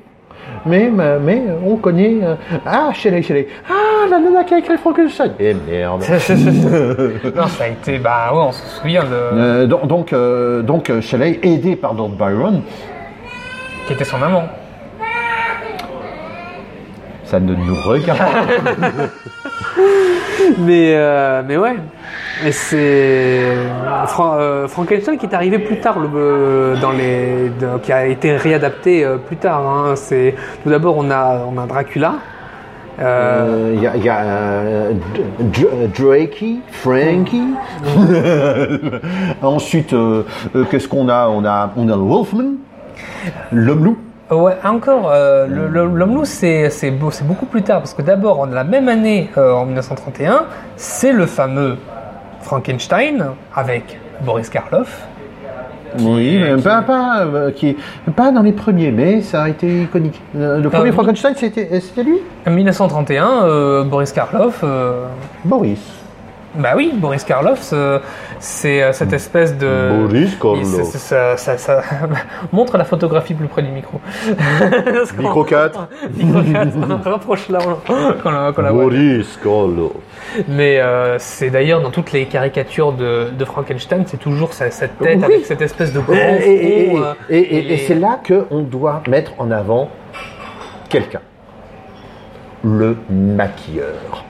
Speaker 2: Mais, mais, mais, on connaît. euh, ah, Shelley, Shelley. Ah, la nana qui a écrit Frankenstein. Eh merde.
Speaker 1: non, ça a été. Bah ouais, on se souvient de.
Speaker 2: Euh, donc, donc, euh, donc, euh, Shelley, aidé par Lord Byron,
Speaker 1: Qui était son amant.
Speaker 2: ça ne nous regarde pas.
Speaker 4: Mais, euh, mais ouais. Et c'est Fra- euh, Frankenstein qui est arrivé plus tard, le, euh, dans les, de- qui a été réadapté euh, plus tard. hein. C'est tout d'abord on a on a Dracula. Euh,
Speaker 2: Euh, Il y a, il y a, euh, Dr- Dr- Drakey, Frankie. Ensuite, euh, euh, qu'est-ce qu'on a On a, on a Wolfman, l'homme loup.
Speaker 1: Ouais, encore, euh, le- le- l'homme loup, c'est c'est beau- c'est beaucoup plus tard, parce que d'abord, en la même année, euh, en 1931, c'est le fameux Frankenstein avec Boris Karloff.
Speaker 2: Oui, mais pas, pas, euh, qui, pas dans les premiers, mais ça a été iconique. Euh, Le premier
Speaker 1: oui.
Speaker 2: Frankenstein, c'était euh, c'était lui
Speaker 1: En 1931, euh, Boris Karloff, euh,
Speaker 2: Boris.
Speaker 1: bah oui, Boris Karloff, euh, c'est euh, cette espèce de...
Speaker 2: Boris
Speaker 1: Oui, c'est- c'est- ça, ça- ça- Montre la photographie plus près du micro. Parce qu'on-
Speaker 2: Micro 4.
Speaker 1: Micro 4, on en rapproche là, on- quand la-
Speaker 2: Ah
Speaker 1: quand la voit.
Speaker 2: Boris Karloff.
Speaker 1: Mais euh, c'est d'ailleurs dans toutes les caricatures de, de Frankenstein, c'est toujours sa- cette tête
Speaker 2: Oui.
Speaker 1: avec cette espèce de grand
Speaker 2: Et, et-
Speaker 1: front,
Speaker 2: et-
Speaker 1: euh,
Speaker 2: et- et-
Speaker 1: les-
Speaker 2: et c'est là qu'on doit mettre en avant quelqu'un. Le maquilleur.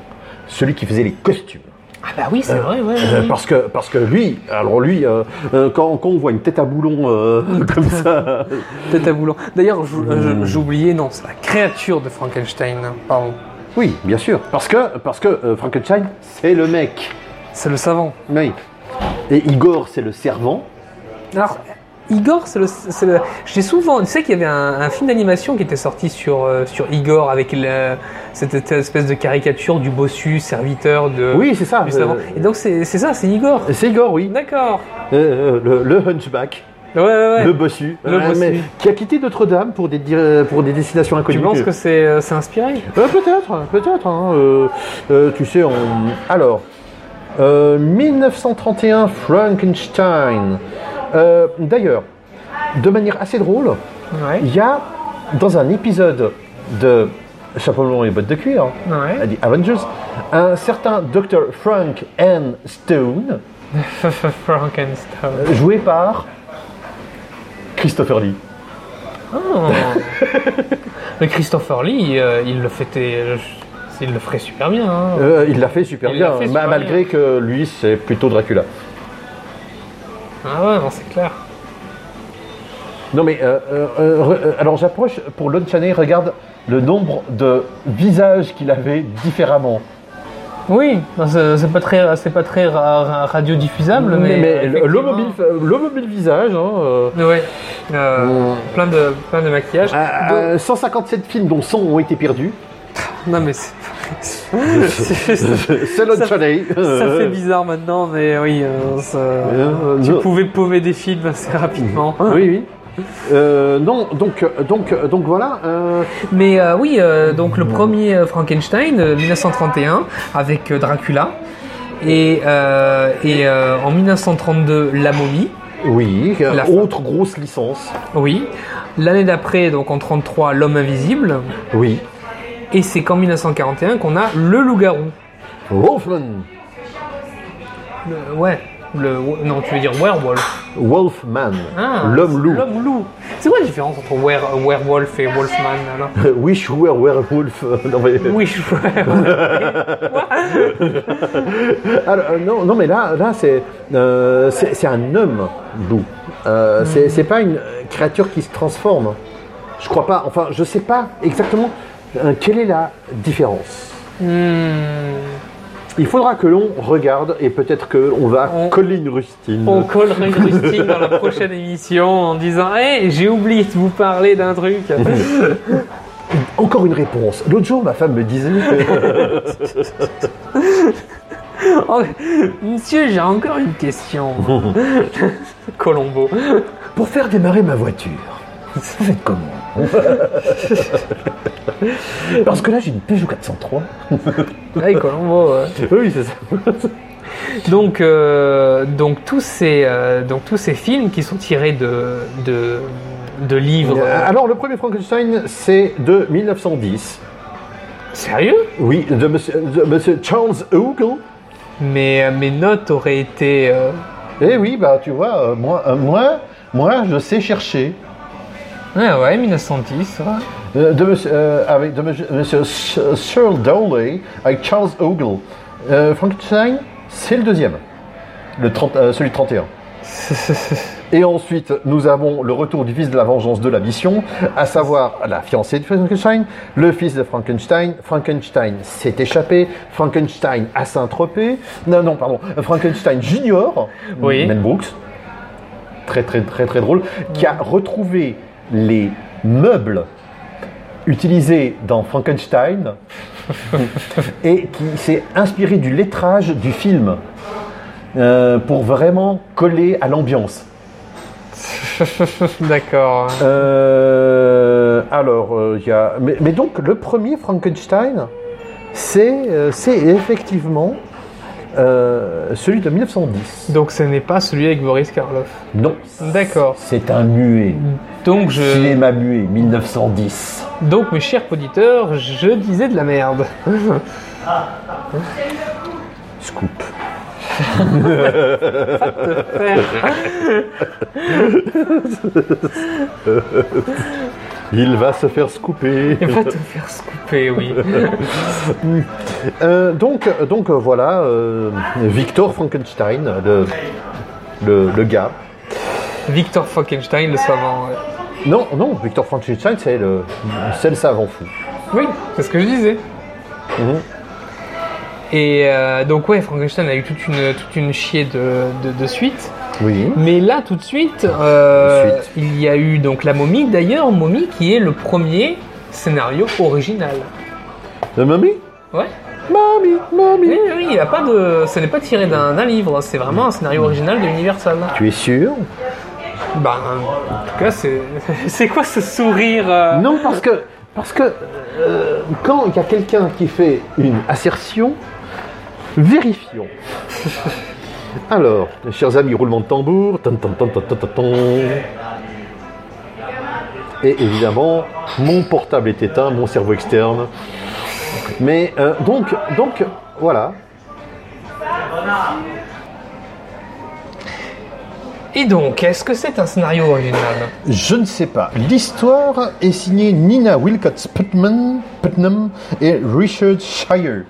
Speaker 2: Celui qui faisait les costumes.
Speaker 1: Ah bah oui, c'est vrai, ouais.
Speaker 2: Euh,
Speaker 1: ouais.
Speaker 2: parce que parce que lui, alors lui, euh, euh, quand, quand on voit une tête à boulon euh, comme ça,
Speaker 4: Tête à boulon. D'ailleurs, j'ou-
Speaker 2: Hmm.
Speaker 4: euh, je- j'ai oublié, non, c'est la créature de Frankenstein, pardon.
Speaker 2: oui, bien sûr, parce que parce que euh, Frankenstein, c'est le mec.
Speaker 4: C'est le savant.
Speaker 2: Oui. Et Igor, c'est le servant.
Speaker 4: Alors, Igor, c'est le. c'est le- J'ai souvent. Tu sais qu'il y avait un, un film d'animation qui était sorti sur, euh, sur Igor avec le- cette espèce de caricature du bossu serviteur de.
Speaker 2: Oui, c'est ça.
Speaker 4: du savant.
Speaker 2: euh,
Speaker 4: Et donc, c'est c'est ça, c'est Igor.
Speaker 2: C'est Igor, oui.
Speaker 4: D'accord.
Speaker 2: Euh, euh, le, le hunchback,
Speaker 4: Ouais, ouais, ouais.
Speaker 2: le bossu,
Speaker 4: Le bossu.
Speaker 2: qui a quitté Notre-Dame pour des, dir- pour des destinations
Speaker 4: Tu
Speaker 2: inconnues.
Speaker 4: penses que c'est euh, c'est inspiré
Speaker 2: Euh, Peut-être, peut-être. hein, euh, euh, tu sais, on... alors, euh, 1931, Frankenstein. Euh, D'ailleurs, de manière assez drôle,
Speaker 1: Ouais,
Speaker 2: il y a dans un épisode de Chapeau melon et bottes de cuir,
Speaker 1: ouais.
Speaker 2: dit Avengers, un certain Dr. Frank N. Stone,
Speaker 1: Frankenstein.
Speaker 2: joué par Christopher Lee.
Speaker 1: Oh. Mais Christopher Lee, euh, il le fêtait. je- Il le ferait super bien. hein.
Speaker 2: Euh, il l'a fait super
Speaker 1: Il
Speaker 2: bien,
Speaker 1: l'a fait
Speaker 2: ma-
Speaker 1: super
Speaker 2: malgré que lui, c'est plutôt Dracula.
Speaker 1: Ah ouais, non, c'est clair.
Speaker 2: Non mais, euh, euh, euh, re- euh, alors j'approche pour l'autre Chaney, regarde le nombre de visages qu'il avait différemment.
Speaker 1: Oui, non, c'est c'est pas très, c'est pas très ra- ra- radiodiffusable, mais.
Speaker 2: le- le
Speaker 1: effectivement.
Speaker 2: mobile, le mobile visage, hein, euh,
Speaker 1: Ouais. Euh, plein, de, plein de maquillage.
Speaker 4: Ah,
Speaker 2: euh, 157 films dont 100 ont été perdus. Ah.
Speaker 4: Non, mais c'est. c'est juste-
Speaker 2: c'est l'autre
Speaker 4: Ça-
Speaker 2: Chaney.
Speaker 4: Ça fait bizarre maintenant, mais oui, euh, ça-
Speaker 2: Euh,
Speaker 4: tu
Speaker 2: non.
Speaker 4: pouvais paumer des films assez rapidement.
Speaker 2: Oui, oui. Euh, non, donc, donc, donc voilà. euh,
Speaker 1: Mais euh, oui, euh, donc le premier euh, Frankenstein, euh, 1931, avec euh, Dracula. Et, euh, et euh, en 1932, La Momie.
Speaker 2: oui, euh,
Speaker 1: La fin.
Speaker 2: autre grosse licence.
Speaker 1: Oui. L'année d'après, donc en 33, L'Homme Invisible.
Speaker 2: Oui.
Speaker 1: Et c'est qu'en 1941 qu'on a Le Loup-Garou.
Speaker 2: Wolfman.
Speaker 1: Euh, ouais. Le, non, tu veux dire werewolf.
Speaker 2: Wolfman,
Speaker 1: Ah,
Speaker 2: l'homme loup.
Speaker 1: L'homme loup. C'est quoi la différence entre were- werewolf et wolfman alors
Speaker 2: Wish we were werewolf. Non, mais-
Speaker 1: Oui, je
Speaker 2: Alors, euh, non, non, mais là, là c'est euh, c'est c'est un homme loup.
Speaker 4: Hmm.
Speaker 2: Euh, c'est- C'est pas une créature qui se transforme. Je crois pas. Enfin, je sais pas exactement euh, quelle est la différence.
Speaker 1: Hmm.
Speaker 2: Il faudra que l'on regarde et peut-être que on va
Speaker 1: On-
Speaker 2: coller une rustine.
Speaker 1: On collera une rustine dans la prochaine émission en disant Hé, j'ai oublié de vous parler d'un truc.
Speaker 2: Encore une réponse. L'autre jour, ma femme me disait. que-
Speaker 1: Oh, monsieur, j'ai encore une question. Colombo.
Speaker 2: Pour faire démarrer ma voiture, vous faites comment hein Parce que là, j'ai une Peugeot 403.
Speaker 1: Ouais, Ah, Colombo. ouais.
Speaker 2: Oui, c'est ça.
Speaker 1: Donc, euh, donc, tous ces, euh, donc, tous ces films qui sont tirés de, de, de livres.
Speaker 2: Euh, Alors, le premier Frankenstein, c'est de 1910.
Speaker 1: Sérieux
Speaker 2: Oui, de monsieur, de monsieur Charles Hoogle.
Speaker 1: mais, euh, mes notes auraient été. euh,
Speaker 2: Eh oui, bah tu vois, euh, moi, euh, moi, moi, je sais chercher.
Speaker 1: Ah ouais, 1910. ouais.
Speaker 2: Euh, de monsieur, euh, avec de monsieur, monsieur Sh- Sir Dowley, avec Charles Hoogle. Euh, Frankenstein, c'est le deuxième. Le 30, euh, celui de 31. Et ensuite, nous avons le retour du fils de la vengeance de la mission, à savoir la fiancée de Frankenstein, le fils de Frankenstein, Frankenstein s'est échappé, Frankenstein à Saint-Tropez, non, non, pardon, Frankenstein Junior,
Speaker 1: Oui.
Speaker 2: Mel Brooks, très très très très drôle, qui a retrouvé les meubles utilisés dans Frankenstein et qui s'est inspiré du lettrage du film euh, pour vraiment coller à l'ambiance.
Speaker 1: D'accord.
Speaker 2: Euh, alors, euh, il y a. Mais, mais donc, le premier Frankenstein, c'est euh, c'est effectivement euh, celui de 1910.
Speaker 1: Donc, ce n'est pas celui avec Boris Karloff.
Speaker 2: Non.
Speaker 1: D'accord.
Speaker 2: C'est un muet.
Speaker 1: Donc, je...
Speaker 2: Cinéma muet, 1910.
Speaker 1: Donc, mes chers auditeurs, je disais de la merde.
Speaker 2: Scoop. Il va se faire scooper.
Speaker 1: va te faire scooper, oui.
Speaker 2: Euh, donc, donc euh, voilà, euh, Victor Frankenstein, le, le, le gars.
Speaker 1: Victor Frankenstein, le savant. ouais.
Speaker 2: Non, non, Victor Frankenstein, c'est le, c'est le savant fou.
Speaker 1: Oui, c'est ce que je disais.
Speaker 2: Mhm.
Speaker 1: Et euh, donc, ouais, Frankenstein a eu toute une, toute une chier de, de, de suite.
Speaker 2: Oui.
Speaker 1: Mais là, tout de suite, euh,
Speaker 2: Suite.
Speaker 1: il y a eu donc la momie, d'ailleurs, momie qui est le premier scénario original.
Speaker 2: La Euh, mamie
Speaker 1: Ouais.
Speaker 2: Mamie, mamie.
Speaker 1: Oui, oui, il a pas de. Ce n'est pas tiré d'un d'un livre, hein. c'est vraiment un scénario original de Universal.
Speaker 2: Tu es sûr
Speaker 1: Ben, en tout cas, c'est. c'est quoi ce sourire euh,
Speaker 2: Non, parce que, parce que euh, quand il y a quelqu'un qui fait une assertion, vérifions. Alors, chers amis, roulement de tambour. Tan, tan, tan, tan, tan, tan, tan. Et évidemment, mon portable est éteint, mon cerveau externe. Mais euh, donc, donc, voilà.
Speaker 1: Et donc, est-ce que c'est un scénario original
Speaker 2: Je ne sais pas. L'histoire est signée Nina Wilcox Putnam, Putnam et Richard Shire.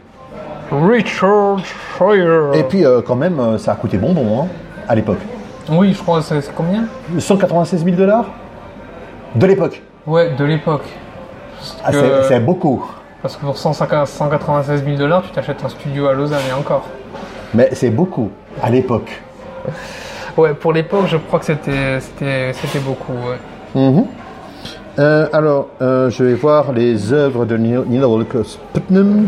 Speaker 1: Richard Schreier.
Speaker 2: Et puis, euh, quand même, euh, ça a coûté bonbon hein, à l'époque.
Speaker 1: Oui, je crois, que c'est c'est combien
Speaker 2: 196 000 dollars De l'époque.
Speaker 1: Ouais, de l'époque.
Speaker 2: Ah, c'est-
Speaker 1: Euh,
Speaker 2: C'est beaucoup.
Speaker 1: Parce que pour 150 196 000 dollars, tu t'achètes un studio à Lausanne et encore.
Speaker 2: Mais c'est beaucoup à l'époque.
Speaker 1: Ouais, pour l'époque, je crois que c'était c'était c'était beaucoup. Ouais.
Speaker 2: Mhm. Euh, alors, euh, je vais voir les œuvres de Ni- Nina Wilcox Putnam. Hmm.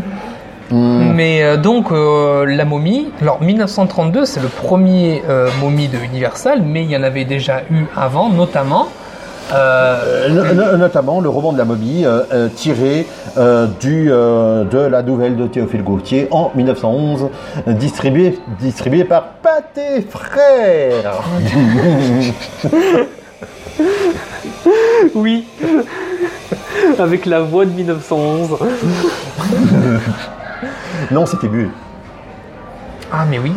Speaker 2: Mm.
Speaker 1: Mais euh, donc, euh, la momie, alors 1932, c'est le premier euh, momie de Universal, mais il y en avait déjà eu avant, notamment. euh,
Speaker 2: Euh, no- no- notamment le roman de la momie euh, euh, tiré euh, du, euh, de la nouvelle de Théophile Gautier en 1911, distribué, distribué par Pâté Frères.
Speaker 4: Oui. Avec la voix de 1911.
Speaker 2: non, c'était mieux.
Speaker 1: Ah, mais oui.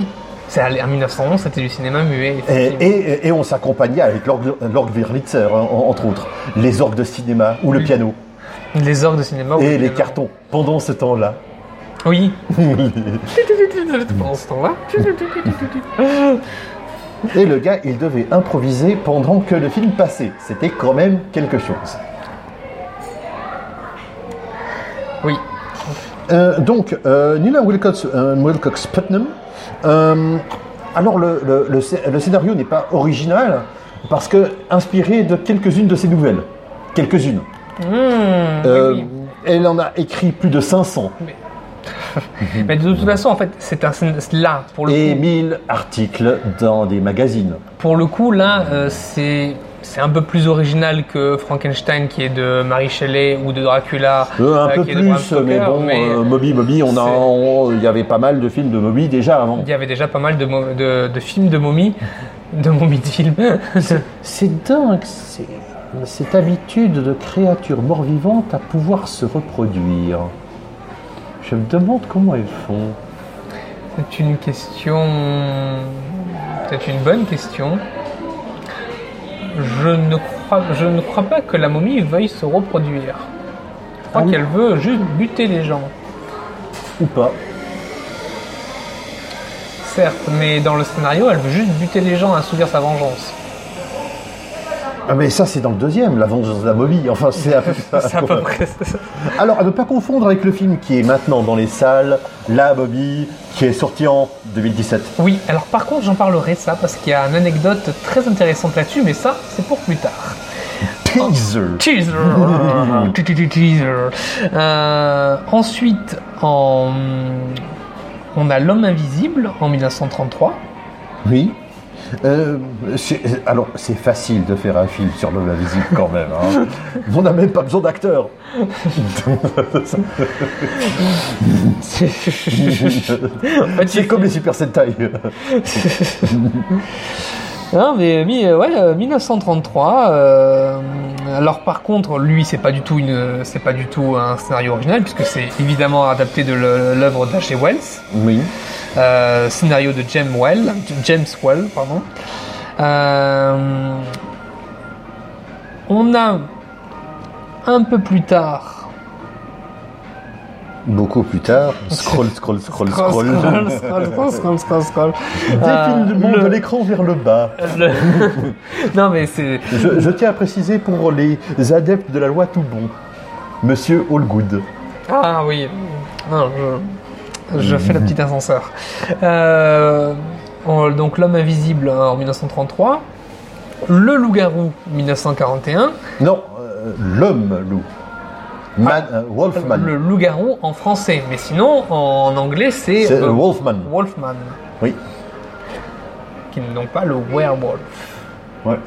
Speaker 1: C'est allé- en 1911, c'était du cinéma muet.
Speaker 2: Et,
Speaker 1: effectivement.
Speaker 2: et- et on s'accompagnait avec l'orgue l'orgue Wurlitzer, hein, en- entre autres, les orgues de cinéma ou le piano
Speaker 1: Les orgues de cinéma. oui,
Speaker 2: et les
Speaker 1: évidemment.
Speaker 2: cartons. Pendant ce temps-là,
Speaker 1: Oui.
Speaker 4: Pendant ce temps-là,
Speaker 2: et le gars, il devait improviser pendant que le film passait. C'était quand même quelque chose.
Speaker 1: Oui.
Speaker 2: Euh, donc, euh, Nina Wilcox, euh, Wilcox Putnam. euh, alors, le, le- le scé- le scénario n'est pas original parce que inspiré de quelques-unes de ses nouvelles. Quelques-unes.
Speaker 1: Mmh,
Speaker 2: Euh,
Speaker 1: Ah oui, oui.
Speaker 2: Elle en a écrit plus de 500
Speaker 1: Mais de toute façon, en fait, c'est un scén- là pour le
Speaker 2: et
Speaker 1: coup.
Speaker 2: 1000 articles dans des magazines.
Speaker 1: Pour le coup, là, euh, c'est c'est un peu plus original que Frankenstein qui est de Mary Shelley ou de Dracula.
Speaker 2: Euh, un
Speaker 1: euh,
Speaker 2: peu
Speaker 1: qui est de Bram
Speaker 2: plus,
Speaker 1: Stoker,
Speaker 2: mais bon, euh, Moby, Moby, on a-
Speaker 1: c'est-
Speaker 2: on- il y avait pas mal de films de Moby déjà avant.
Speaker 1: Il y avait déjà pas mal de, mo- de, de films de momies, de momies de films.
Speaker 2: C'est dingue, c'est- cette habitude de créatures mort-vivantes à pouvoir se reproduire. Je me demande comment elles font.
Speaker 1: C'est une question. C'est une bonne question. Je ne, crois, je ne crois pas que la momie veuille se reproduire. Je crois
Speaker 2: Ah oui.
Speaker 1: qu'elle veut juste buter les gens.
Speaker 2: Ou pas.
Speaker 1: Certes, mais dans le scénario, elle veut juste buter les gens à assouvir sa vengeance.
Speaker 2: Ah, mais ça, c'est dans le deuxième, La vengeance de la momie. Enfin, c'est à peu près
Speaker 1: C'est à peu près ça.
Speaker 2: Alors, à ne pas confondre avec le film qui est maintenant dans les salles, La momie, qui est sorti en 2017.
Speaker 1: Oui, alors par contre, j'en parlerai de ça parce qu'il y a une anecdote très intéressante là-dessus, mais ça, c'est pour plus tard.
Speaker 2: Teaser
Speaker 1: Teaser Teaser. Euh, Ensuite, en... on a L'homme invisible en 1933.
Speaker 2: Oui. Euh, c'est- alors, c'est facile de faire un film sur l'homme invisible quand même. hein. On n'a même pas besoin d'acteurs.
Speaker 1: C'est
Speaker 2: c'est comme les Super Sentai.
Speaker 1: Non, mais mi- euh, ouais, euh, 1933. euh, alors par contre, lui, c'est pas du tout une, c'est pas du tout un scénario original puisque c'est évidemment adapté de le- l'œuvre d'H.G. Wells,
Speaker 2: Oui.
Speaker 1: euh, scénario de James Well, James Well, pardon. Euh, on a un peu plus tard.
Speaker 2: Beaucoup plus tard, scroll, scroll, scroll, scroll.
Speaker 1: Scroll, scroll, scroll, scroll, scroll, scroll. Euh,
Speaker 2: Défilement
Speaker 1: le-
Speaker 2: de l'écran vers le bas.
Speaker 1: le- non mais c'est
Speaker 2: Je, je tiens à préciser pour les adeptes de la loi tout bon, Monsieur Allgood.
Speaker 1: Ah oui, non, je, je fais le petit ascenseur. Euh, on- donc l'homme invisible hein, en 1933, le loup-garou 1941,
Speaker 2: Non, euh, l'homme loup. Man, euh, Wolfman.
Speaker 1: Ah, le loup-garou en français, mais sinon en anglais c'est
Speaker 2: C'est
Speaker 1: euh,
Speaker 2: euh, Wolfman.
Speaker 1: Wolfman,
Speaker 2: Oui.
Speaker 1: qui n'ont pas le werewolf.
Speaker 2: Ouais.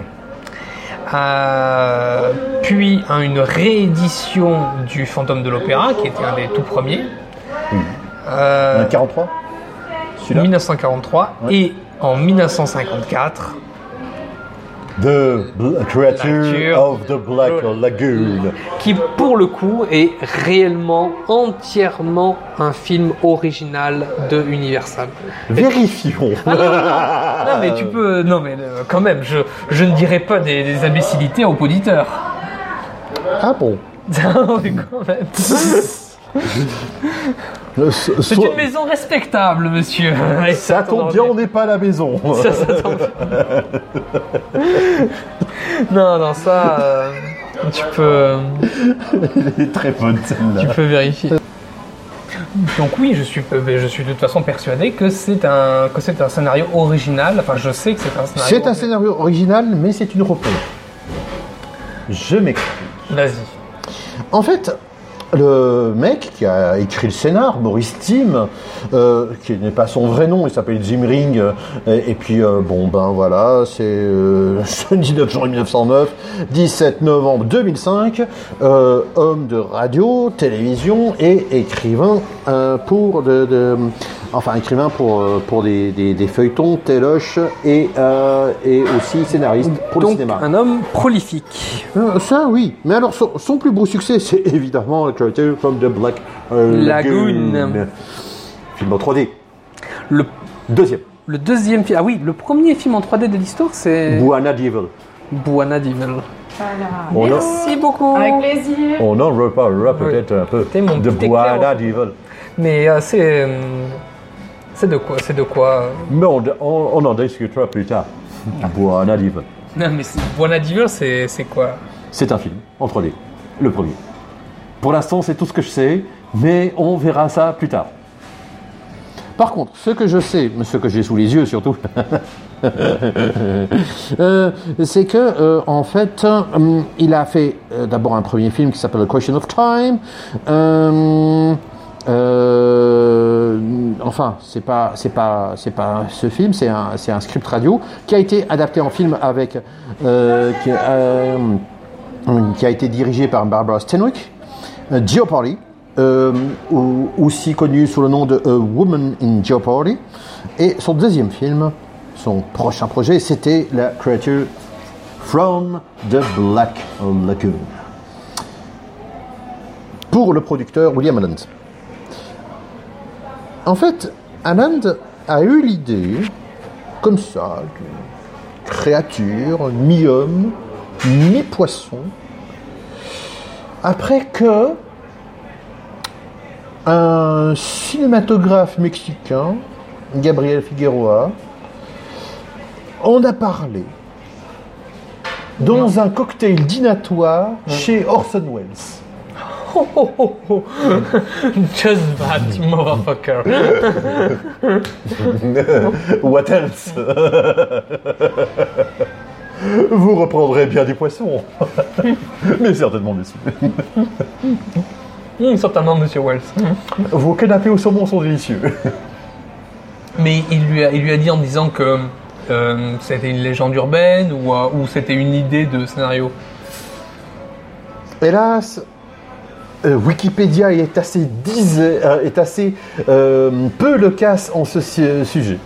Speaker 1: Euh, puis hein, une réédition du Fantôme de l'Opéra, qui était un des tout premiers. Euh,
Speaker 2: Un 43 Celui-là
Speaker 1: 1943
Speaker 2: Ouais.
Speaker 1: et en 1954,
Speaker 2: The Bl- Creature
Speaker 1: Creature.
Speaker 2: of the Black Lagoon.
Speaker 4: qui pour le coup est réellement entièrement un film original de Universal.
Speaker 2: Vérifions.
Speaker 1: Ah Non mais tu peux, non mais euh, quand même, je, je ne dirais pas des, des imbécilités aux auditeurs.
Speaker 2: Ah bon
Speaker 1: Non, mais quand même. C'est
Speaker 2: C'est
Speaker 1: une maison respectable, monsieur. Et
Speaker 2: Ça tombe bien, on n'est pas à la maison.
Speaker 1: Ça, ça tombe bien. Non, non, ça, euh, tu peux,
Speaker 2: Elle est très bonne
Speaker 1: tu
Speaker 2: celle-là.
Speaker 1: peux vérifier. Donc oui, je suis, euh, je suis de toute façon persuadé que c'est un, que c'est un scénario original. Enfin, je sais que c'est un scénario.
Speaker 2: C'est un scénario original, mais c'est une reprise. Je m'explique.
Speaker 1: Vas-y.
Speaker 2: En fait, le mec qui a écrit le scénar, Maurice Tim, euh, qui n'est pas son vrai nom, il s'appelle Jim Ring, euh, et, et puis euh, bon ben voilà, c'est euh, ce 19 janvier 1909, 17 novembre 2005, euh, homme de radio, télévision et écrivain euh, pour de, de- enfin écrivain pour euh, pour des, des- des feuilletons, téloche et euh, et aussi scénariste pour le
Speaker 4: Donc
Speaker 2: cinéma.
Speaker 4: un homme prolifique.
Speaker 2: Euh, ça, oui. Mais alors, son, son plus beau succès, c'est évidemment la créature comme de Black euh,
Speaker 4: Lagoon.
Speaker 2: Lagoon. Film en 3D.
Speaker 4: Le,
Speaker 2: Deuxième.
Speaker 4: Le deuxième film. Ah oui, le premier film en 3D de l'histoire, c'est.
Speaker 1: Euh.
Speaker 2: Buana Devil.
Speaker 4: Buana Devil.
Speaker 5: Voilà.
Speaker 2: On en-
Speaker 4: Merci beaucoup.
Speaker 5: Avec plaisir.
Speaker 2: On en reparlera
Speaker 1: Oui.
Speaker 2: peut-être un peu
Speaker 1: T'es mon
Speaker 2: de
Speaker 1: petit
Speaker 2: Buana Devil.
Speaker 1: Mais euh, c'est. euh, C'est de quoi C'est de quoi euh.
Speaker 2: Mais on, on- on en discutera plus tard. Buana Devil.
Speaker 1: Non, mais c'est- Buona Diver, c'est c'est quoi
Speaker 2: C'est un film en 3D, le premier. Pour l'instant, c'est tout ce que je sais, mais on verra ça plus tard. Par contre, ce que je sais, mais ce que j'ai sous les yeux surtout, euh, c'est que euh, en fait, euh, il a fait euh, d'abord un premier film qui s'appelle The Question of Time. Euh, euh, enfin, c'est pas, c'est pas, c'est pas ce film, c'est un, c'est un script radio qui a été adapté en film avec, euh, qui, euh, qui a été dirigé par Barbara Stenwick. Euh, Jeopardy, euh, ou- aussi connu sous le nom de A Woman in Jeopardy. Et son deuxième film, son prochain projet, c'était la créature From the Black Lagoon. Pour le producteur William Alland. En fait, Alland a eu l'idée, comme ça, d'une créature, mi-homme, mi-poisson, après que un cinématographe mexicain, Gabriel Figueroa, en a parlé dans un cocktail dînatoire chez Orson Welles.
Speaker 1: Oh, oh, oh, oh. Just that, motherfucker.
Speaker 2: What else Vous reprendrez bien du poisson, mais certainement des soupes.
Speaker 1: Hum, certainement, monsieur Wells.
Speaker 2: Vos canapés au saumon sont délicieux.
Speaker 1: Mais il lui a, il lui a dit en disant que euh, c'était une légende urbaine ou, euh, ou c'était une idée de scénario.
Speaker 2: Hélas, euh, Wikipédia est assez, dis- euh, est assez euh, peu le casse en ce si- euh, sujet.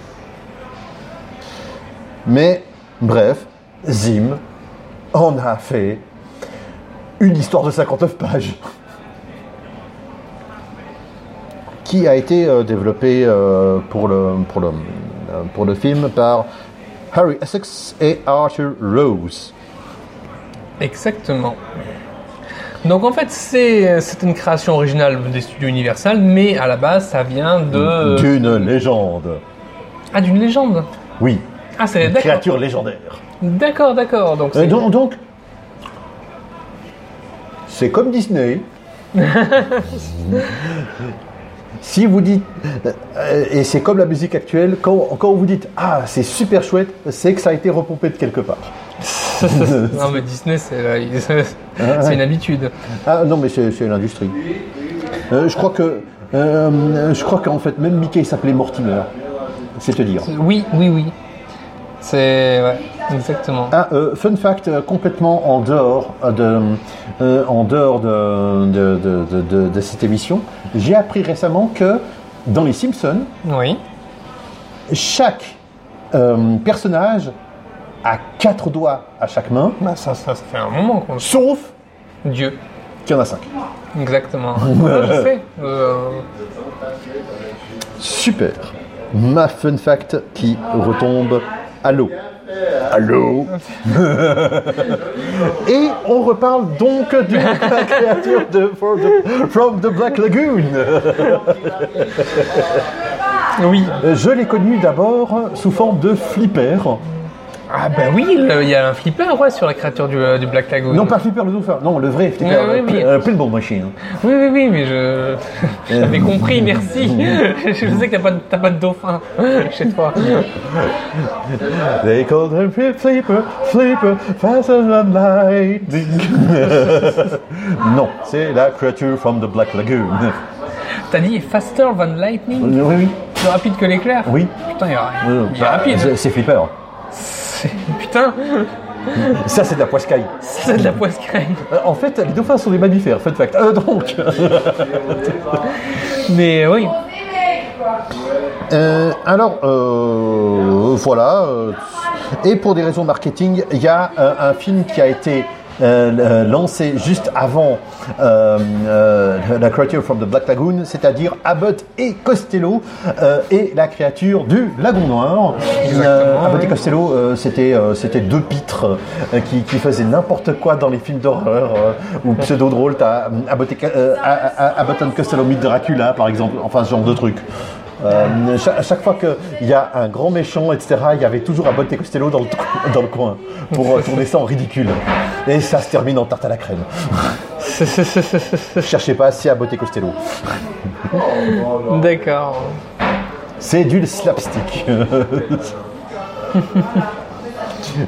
Speaker 2: Mais bref, Zim en a fait une histoire de 59 pages qui a été euh, développée euh, pour, le, pour, le, euh, pour le film par Harry Essex et Arthur Rose.
Speaker 1: Exactement. Donc en fait, c'est c'est une création originale des studios Universal, mais à la base, ça vient de.
Speaker 2: D'une légende.
Speaker 1: Ah, d'une légende.
Speaker 2: Oui,
Speaker 1: Ah, c'est
Speaker 2: Une
Speaker 1: d'accord.
Speaker 2: créature légendaire.
Speaker 1: D'accord, d'accord. Donc,
Speaker 2: Et
Speaker 1: c'est-
Speaker 2: donc, donc, c'est comme Disney. si vous dites, euh, et c'est comme la musique actuelle, quand, quand vous dites ah c'est super chouette, c'est que ça a été repompé de quelque part.
Speaker 1: non, mais Disney, c'est c'est une habitude.
Speaker 2: Ah non mais c'est c'est l'industrie. Euh, je crois que, euh, je crois qu'en fait même Mickey s'appelait Mortimer. C'est te dire.
Speaker 1: Oui, oui, oui. C'est. Ouais, exactement.
Speaker 2: Ah, euh, fun fact euh, complètement en dehors euh, de, euh, en dehors de, de, de- de- de- de cette émission. J'ai appris récemment que dans les Simpsons,
Speaker 1: Oui.
Speaker 2: chaque euh, personnage a quatre doigts à chaque main,
Speaker 1: Bah, ça, ça, ça fait un moment qu'on.
Speaker 2: sauf
Speaker 1: Dieu.
Speaker 2: qu'il y en a cinq.
Speaker 1: Exactement. Ouais, je sais. Euh,
Speaker 2: Super. Ma fun fact qui retombe à l'eau. À l'eau. Et on reparle donc de la créature de From the- From the Black Lagoon.
Speaker 1: Oui.
Speaker 2: Euh, Je l'ai connu d'abord sous forme de flipper.
Speaker 1: Ah, bah oui, le- il y a un flipper, ouais, sur la créature du, euh, du Black Lagoon.
Speaker 2: Non, pas flipper le dauphin, non, le vrai flipper,
Speaker 1: Ouais, ouais,
Speaker 2: euh,
Speaker 1: oui.
Speaker 2: euh, pinball machine.
Speaker 1: Oui, oui, oui, mais je. J'avais compris, merci. je sais que t'as pas, de- t'as pas de dauphin chez toi.
Speaker 2: They called him flip- flipper, flipper, faster than lightning. non, c'est la creature from the Black Lagoon.
Speaker 1: T'as dit faster than lightning
Speaker 2: Oui, oui,
Speaker 1: Plus rapide que l'éclair
Speaker 2: oui.
Speaker 1: Putain, il y a-
Speaker 2: Euh,
Speaker 1: il est
Speaker 2: bah,
Speaker 1: rapide.
Speaker 2: c'est- C'est flipper.
Speaker 1: C'est- Putain,
Speaker 2: Ça, c'est de la poiscaille.
Speaker 1: c'est de la poiscaille.
Speaker 2: Euh, En fait, les dauphins sont des mammifères, fun fact. Euh, donc.
Speaker 1: Mais oui.
Speaker 2: Euh, alors, euh, voilà. euh, et pour des raisons marketing, il y a euh, un film qui a été euh, euh, lancé juste avant euh, euh, la créature from the Black Lagoon, c'est-à-dire Abbott et Costello euh, et la créature du Lagon Noir. Euh, Abbott et Costello, euh, c'était euh, c'était deux pitres euh, qui, qui faisaient n'importe quoi dans les films d'horreur euh, ou pseudo drôle. T'as euh, Abbott, et, euh, A- A- Abbott and Costello meet Dracula, par exemple, enfin ce genre de truc. Euh, cha- à chaque fois qu'il y a un grand méchant, etc., il y avait toujours un bon Costello dans le, trou- dans le coin pour euh, tourner ça en ridicule. Et ça se termine en tarte à la crème. Cherchez pas assez à Botte Costello.
Speaker 1: D'accord.
Speaker 2: C'est du slapstick.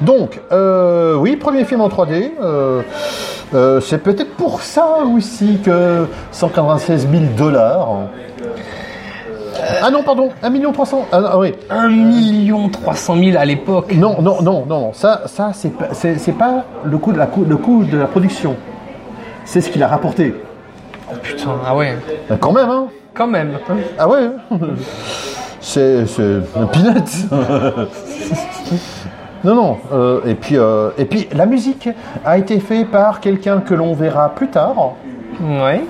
Speaker 2: Donc, euh, oui, premier film en 3D. euh, euh, c'est peut-être pour ça aussi que 196 000 dollars. Ah non, pardon, 1 million 300. Ah, ah oui,
Speaker 1: 1 million 300 000 à l'époque.
Speaker 2: Non, non, non, non, non. Ça, ça c'est pas, c'est- c'est pas le coût de la, co- le coût de la production. C'est ce qu'il a rapporté.
Speaker 1: Putain, ah ouais.
Speaker 2: Ben, Quand même, hein
Speaker 1: Quand même.
Speaker 2: Ah ouais hein. C'est c'est un peanut Non, non. euh, et, puis, euh, et puis, la musique a été faite par quelqu'un que l'on verra plus tard,
Speaker 1: Ouais.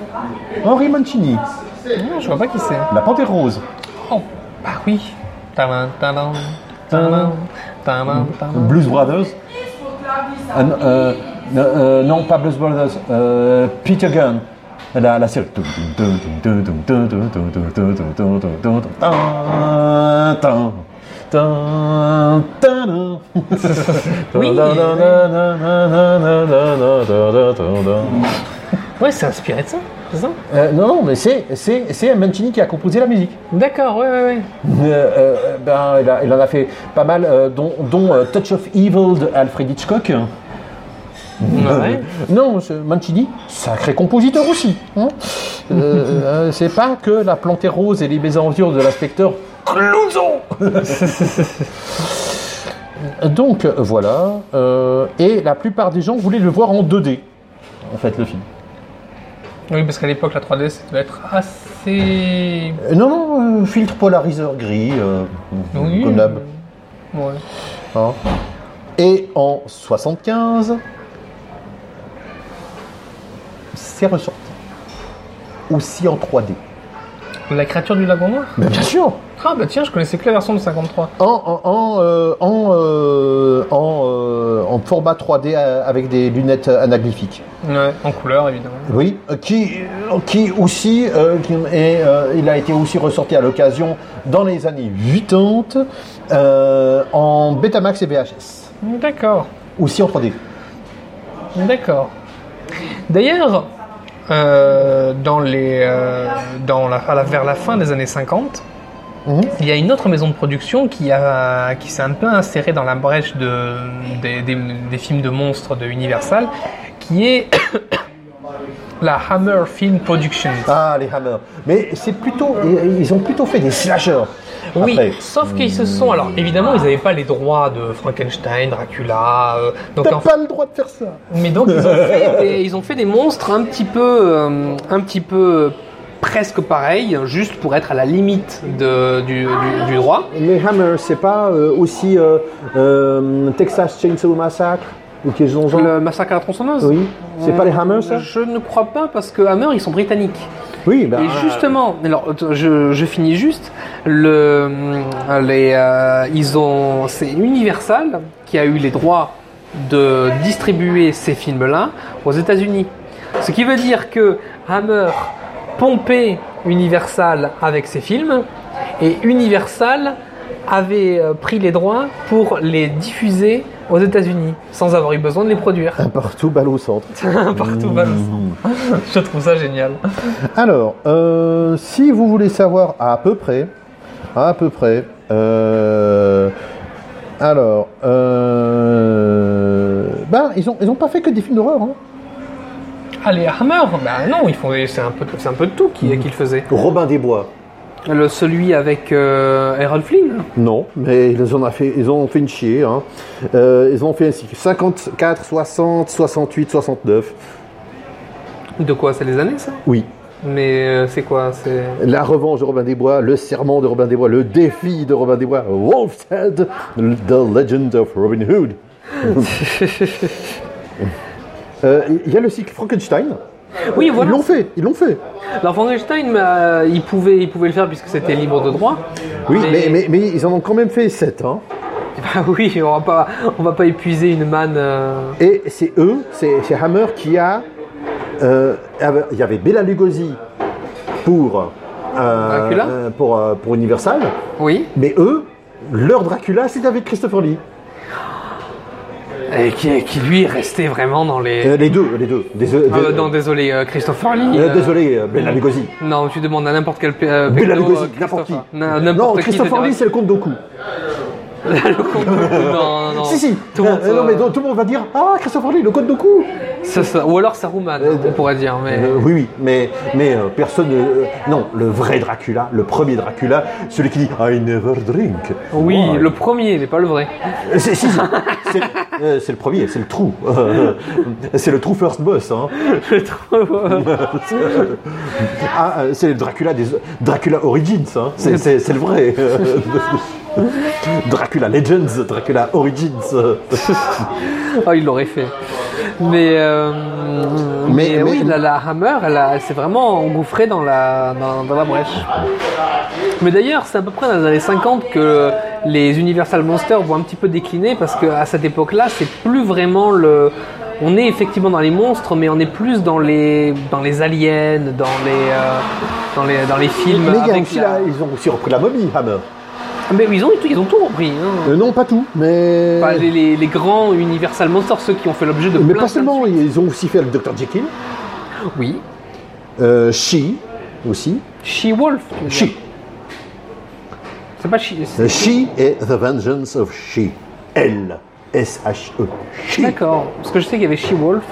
Speaker 2: Henri Mancini,
Speaker 1: Non, je vois pas qui c'est.
Speaker 2: La Panthère Rose.
Speaker 1: Oh, bah oui. Tadam, tadam, tadam, tadam, tadam.
Speaker 2: Blues Brothers. Ah, non, euh, non, euh, non, pas Blues Brothers. euh, Peter Gunn. La, la série.
Speaker 1: Oui.
Speaker 2: Euh,
Speaker 1: Ouais, c'est inspiré de ça, c'est ça
Speaker 2: non, non, mais c'est- c'est c'est Mancini qui a composé la musique.
Speaker 1: D'accord, ouais, ouais, ouais.
Speaker 2: Euh, euh, ben, il, a- il en a fait pas mal, euh, dont, dont, euh, Touch of Evil de Alfred Hitchcock.
Speaker 1: Ouais.
Speaker 2: Non, ce Mancini, sacré compositeur aussi. hein. Euh, euh, c'est pas que la plantée rose et les baisers en viande de l'inspecteur Clouseau. Donc euh, voilà, euh, et la plupart des gens voulaient le voir en 2D. En fait, le film.
Speaker 1: Oui, parce qu'à l'époque, la 3D, ça devait être assez.
Speaker 2: Euh, non, non, euh, filtre polariseur gris, euh,
Speaker 1: Oui.
Speaker 2: comme d'hab.
Speaker 1: Ouais.
Speaker 2: Hein. Et en 75, c'est ressorti. Aussi en 3D.
Speaker 1: La créature du lagon noir
Speaker 2: Mais bien sûr
Speaker 1: Ah, bah tiens, je connaissais que la version de 53.
Speaker 2: En, en, en, euh, en, euh, en, euh, en format 3D euh, avec des lunettes anaglyphiques.
Speaker 1: Ouais, en couleur, évidemment.
Speaker 2: Oui, euh, qui, euh, qui aussi, euh, qui- et, euh, il a été aussi ressorti à l'occasion dans les années 80 euh, en Betamax et VHS.
Speaker 1: D'accord,
Speaker 2: Aussi en 3D.
Speaker 1: d'accord. D'ailleurs, euh, dans les, euh, dans la, à la- vers la fin des années 50,
Speaker 2: Mhm.
Speaker 1: il y a une autre maison de production qui, a- qui s'est un peu insérée dans la brèche de, des, des- des films de monstres de Universal, qui est la Hammer Film Productions.
Speaker 2: Ah, les Hammer. Mais c'est plutôt. Ils ont plutôt fait des slashers.
Speaker 1: Oui,
Speaker 2: Après,
Speaker 1: sauf qu'ils se sont. Alors, évidemment, ils n'avaient pas les droits de Frankenstein, Dracula. euh, donc,
Speaker 2: T'as
Speaker 1: en-
Speaker 2: pas le droit de faire ça.
Speaker 1: mais donc, ils ont, fait des, ils ont fait des monstres un petit peu, euh, un petit peu presque pareils, juste pour être à la limite de- du, du- du droit.
Speaker 2: Les Hammer, c'est pas euh, aussi euh, euh, Texas Chainsaw Massacre ou quelque chose dans le genre
Speaker 1: Le massacre à la tronçonneuse. Euh,
Speaker 2: Oui. C'est pas les Hammer, ça
Speaker 1: Je ne crois pas parce que Hammer ils sont britanniques.
Speaker 2: Oui, bah.
Speaker 1: Et justement, alors att- je, je finis juste. Le, les, euh, ils ont, c'est Universal qui a eu les droits de distribuer ces films-là aux États-Unis. Ce qui veut dire que Hammer pompait Universal avec ses films et Universal avait euh, pris les droits pour les diffuser aux États-Unis sans avoir eu besoin de les produire
Speaker 2: Partout, balle au centre.
Speaker 1: partout. Je trouve ça génial.
Speaker 2: Alors, euh, si vous voulez savoir à peu près, à peu près, euh, alors, euh, ben, ils ont, ils ont pas fait que des films d'horreur. Hein.
Speaker 1: Ah, les Hammer Bah non, ils font des- c'est un, peu- c'est un peu de tout qui-
Speaker 4: Mhm.
Speaker 1: qu'ils faisaient.
Speaker 2: Robin des Bois.
Speaker 1: Le, celui avec euh, Errol Flynn
Speaker 2: Non, mais ils en ont fait, ils ont fait une chier. hein. Euh, ils ont fait ainsi que 54, 60, 68, 69.
Speaker 1: De quoi C'est les années ça
Speaker 2: Oui.
Speaker 1: Mais euh, c'est quoi C'est.
Speaker 2: La revanche de Robin des Bois, le serment de Robin des Bois, le défi de Robin des Bois, Wolf's Head, The Legend of Robin Hood. Euh, Il y a le cycle Frankenstein.
Speaker 4: Oui,
Speaker 2: Ils
Speaker 4: voilà.
Speaker 2: l'ont fait, ils l'ont fait.
Speaker 4: Alors Frankenstein, bah, il, pouvait, il pouvait le faire puisque c'était libre de droit.
Speaker 2: Oui, mais, mais, mais ils en ont quand même fait hein. 7.
Speaker 4: Bah oui, on va pas, on va pas épuiser une manne. euh,
Speaker 2: Et c'est eux, c'est c'est Hammer qui a. euh, avait- Il y avait Bela Lugosi pour. euh,
Speaker 4: Dracula
Speaker 2: euh, pour, euh, pour Universal.
Speaker 4: Oui.
Speaker 2: Mais eux, leur Dracula, c'est avec Christopher Lee.
Speaker 4: Et qui, qui, lui restait vraiment dans les.
Speaker 2: Euh, les deux, les deux. Des-
Speaker 4: Ah, bah,
Speaker 2: des-
Speaker 4: non, désolé, euh, Christopher Lee.
Speaker 2: Euh,
Speaker 4: euh,
Speaker 2: désolé, euh, Bela Lugosi.
Speaker 4: Non, tu demandes à n'importe quel. pe- euh,
Speaker 2: Bela
Speaker 4: pecno, euh,
Speaker 2: Lugosi, n'importe qui.
Speaker 4: Christopher. Non, n'importe
Speaker 2: Non,
Speaker 4: qui,
Speaker 2: Christopher
Speaker 4: c'est-à-dire-
Speaker 2: Lee, c'est le comte Doku.
Speaker 4: non, non, non.
Speaker 2: Si, si.
Speaker 4: Tout le monde,
Speaker 2: Euh, non,
Speaker 4: euh,
Speaker 2: mais donc, tout le monde va dire Ah, Christopher Lee, le comte Doku.
Speaker 4: ça- ça- Ou alors Saruman, on pourrait dire. Mais...
Speaker 2: Euh, oui, oui, mais, mais euh, personne. euh, non, le vrai Dracula, le premier Dracula, celui qui dit I never drink.
Speaker 4: Oui,
Speaker 2: Why
Speaker 4: le premier, mais pas le vrai.
Speaker 2: C'est si, si. C'est euh, c'est le premier, c'est le trou. Euh, c'est le trou first boss. hein.
Speaker 4: Je trouve-
Speaker 2: Ah, euh, c'est le Dracula des Dracula Origins. hein. C'est- C'est c'est le vrai. Euh, Dracula Legends, Dracula Origins. euh.
Speaker 4: Ah, il l'aurait fait. Mais, euh, mais,
Speaker 2: Mais-
Speaker 4: oui,
Speaker 2: mais-
Speaker 4: la, la Hammer, elle, a- elle s'est vraiment engouffrée dans la, dans, dans la brèche. Mais d'ailleurs, c'est à peu près dans les années 50 que les Universal Monsters vont un petit peu décliner parce qu'à cette époque-là, c'est plus vraiment le. On est effectivement dans les monstres, mais on est plus dans les, dans les aliens, dans les, euh, dans les, dans les films.
Speaker 2: Mais il y a
Speaker 4: avec
Speaker 2: aussi
Speaker 4: la-
Speaker 2: Bah, la- ils ont aussi repris la momie, Hammer.
Speaker 4: Ah, Mais ils ont, ils ont tout repris. hein.
Speaker 2: Euh, non, pas tout, mais.
Speaker 1: Bah,
Speaker 4: Enfin, les, les- les grands Universal Monsters, ceux qui ont fait l'objet de.
Speaker 2: mais
Speaker 4: plein,
Speaker 2: pas
Speaker 4: plein de-
Speaker 2: seulement, ils ont aussi fait le Dr. Jekyll,
Speaker 4: Oui.
Speaker 2: euh, She aussi.
Speaker 4: She-Wolf. tu veux dire.
Speaker 2: She.
Speaker 4: C'est pas She. c'est-
Speaker 2: Euh, She et The Vengeance of She. Elle. S-H-E. She.
Speaker 4: D'accord. Parce que je sais qu'il y avait She-Wolf.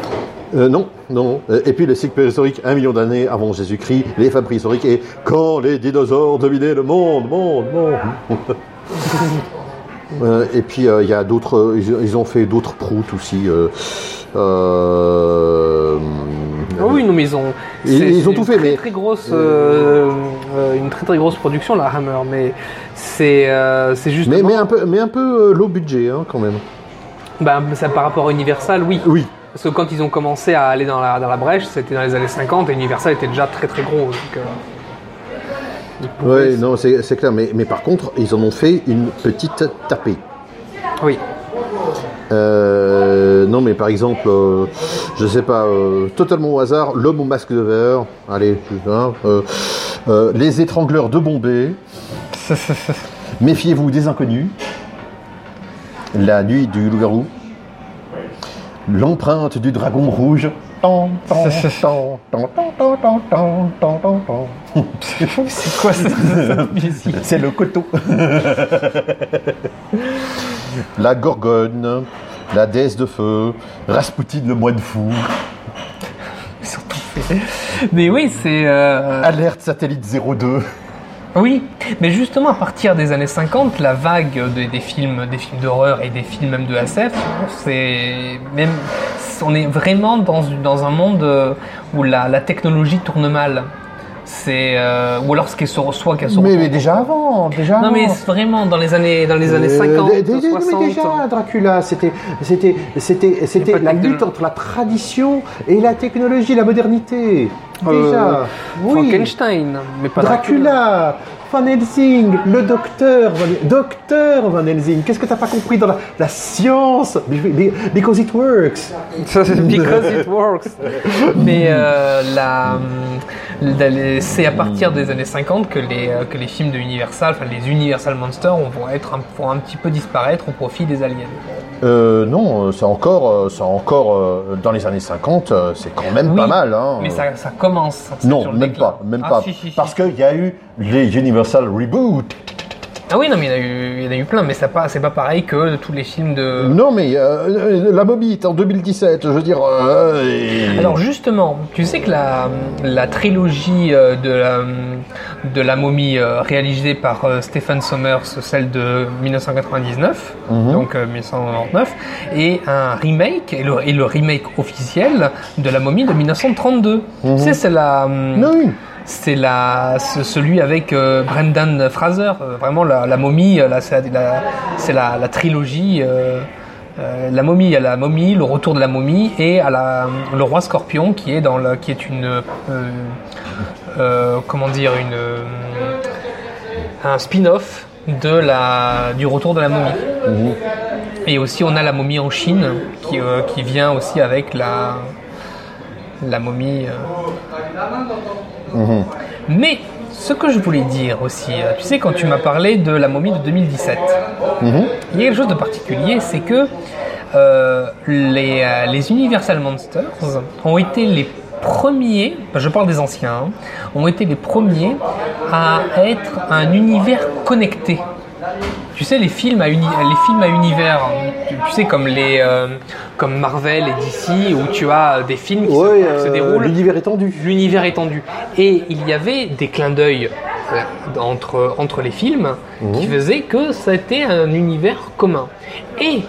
Speaker 2: Euh, non, non. Euh, Et puis le cycle préhistorique, un million d'années avant Jésus-Christ, les femmes préhistoriques et quand les dinosaures dominaient le monde, monde, monde. Euh, et puis euh, il y a d'autres, euh, ils, ils ont fait d'autres proutes aussi. euh, euh,
Speaker 4: Ah oui, non, mais ils ont.
Speaker 2: Ils-
Speaker 4: c'est-
Speaker 2: ils ont
Speaker 4: c'est
Speaker 2: tout
Speaker 4: une
Speaker 2: fait,
Speaker 4: très,
Speaker 2: mais-
Speaker 4: Très grosse, euh, euh, une très très grosse production, la Hammer. Mais c'est euh, c'est juste.
Speaker 2: mais, mais un peu, mais un peu euh, low budget hein, quand même.
Speaker 4: Bah, ça, par rapport à Universal, oui.
Speaker 2: Oui.
Speaker 4: Parce que quand ils ont commencé à aller dans la, dans la brèche, c'était dans les années 50 et Universal était déjà très très gros. donc, euh, ils pouvaient-
Speaker 2: Ouais, non, c'est c'est clair. Mais, mais par contre, ils en ont fait une petite tapée.
Speaker 4: Oui.
Speaker 2: Euh, non, mais par exemple, euh, je sais pas, euh, totalement au hasard, l'homme au masque de verre, allez, hein, euh, euh, les étrangleurs de Bombay, méfiez-vous des inconnus, la nuit du loup-garou, l'empreinte du dragon rouge. Tan, tan, tan, tan, tan, tan, tan, tan, tan, tan.
Speaker 1: C'est quoi cette, cette musique
Speaker 2: C'est le coteau. la gorgone, la déesse de feu, Raspoutine le moine fou,
Speaker 1: Ils sont tous faits. Mais oui, c'est. euh,
Speaker 2: alerte satellite 02.
Speaker 1: Oui, mais justement à partir des années 50, la vague des, des films, des films d'horreur et des films même de SF, c'est même, on est vraiment dans, une- dans un monde euh, où la, la technologie tourne mal. C'est euh, ou alors ce qu'elle se reçoit, qu'elle se
Speaker 2: Mais,
Speaker 1: reçoit.
Speaker 2: mais déjà avant, déjà
Speaker 1: Non
Speaker 2: avant.
Speaker 1: mais c'est vraiment dans les années, dans les années
Speaker 2: Euh,
Speaker 1: 50,
Speaker 2: dé- dé- dé- mais
Speaker 4: 60.
Speaker 2: déjà, Dracula, c'était, c'était, c'était,
Speaker 4: pas
Speaker 2: c'était
Speaker 4: de
Speaker 2: la
Speaker 4: techno-
Speaker 2: lutte entre la tradition et la technologie, la modernité. Déjà,
Speaker 4: Euh,
Speaker 2: oui.
Speaker 4: Frankenstein, mais pas
Speaker 2: Dracula, Van Helsing, le docteur, Van, docteur Van Helsing. Qu'est-ce que t'as pas compris dans la, la science Be- be- Because it works.
Speaker 4: Ça, c'est because it works.
Speaker 1: Mais euh, la, la- les- c'est à partir des années 50 que les, euh, que les films de Universal, enfin les Universal Monsters, on- vont être un- vont un petit peu disparaître au profit des aliens.
Speaker 2: Euh, non, euh, c'est encore, euh, c'est encore euh, dans les années 50, euh, c'est quand même
Speaker 1: Oui,
Speaker 2: pas mal. Hein.
Speaker 1: Mais ça, ça commence. c'est sur
Speaker 2: Non,
Speaker 1: le
Speaker 2: même
Speaker 1: déclin.
Speaker 2: pas, même
Speaker 1: Ah,
Speaker 2: pas.
Speaker 1: si, si, si.
Speaker 2: Parce qu'il y a eu les Universal Reboot.
Speaker 1: Ah oui, non, mais il y en a eu, il y en a eu plein, mais ça pas, c'est pas pareil que tous les films de.
Speaker 2: Non, mais euh, euh, la Bobby est en 2017, je veux dire. euh, et-
Speaker 1: Alors justement, tu sais que la, la trilogie euh, de la, de la momie euh, réalisée par euh, Stephen Sommers, celle de 1999,
Speaker 2: Mhm.
Speaker 1: donc euh, 1999, et un remake, et le, et le remake officiel de la momie de 1932. Tu sais, c'est la...
Speaker 2: Mhm. Non, oui.
Speaker 1: C'est la, ce- celui avec euh, Brendan Fraser. Euh, vraiment, la, la momie, euh, là, c'est la, la- c'est la, la trilogie euh, euh, la momie à la momie, le retour de la momie et à la, le roi scorpion qui est dans la, qui est une euh, euh, comment dire une euh, un spin-off de la du retour de la momie. Et aussi on a la momie en Chine qui, euh, qui vient aussi avec la la momie. euh. Mais ce que je voulais dire aussi, euh, tu sais quand tu m'as parlé de la momie de 2017.
Speaker 2: Mhm.
Speaker 1: Il y a quelque chose de particulier, c'est que euh, les, euh, les Universal Monsters ont été les premiers, ben, je parle des anciens, hein, ont été les premiers à être un univers connecté. Tu sais, les films à, uni- les films à univers, hein, tu, tu sais, comme, les, euh, comme Marvel et DC, où tu as des films qui se-
Speaker 2: Ouais,
Speaker 1: qui se,
Speaker 2: euh,
Speaker 1: déroulent
Speaker 2: l'univers étendu.
Speaker 1: l'univers étendu. Et il y avait des clins d'œil euh, entre, entre les films qui faisaient que c'était un univers commun. Et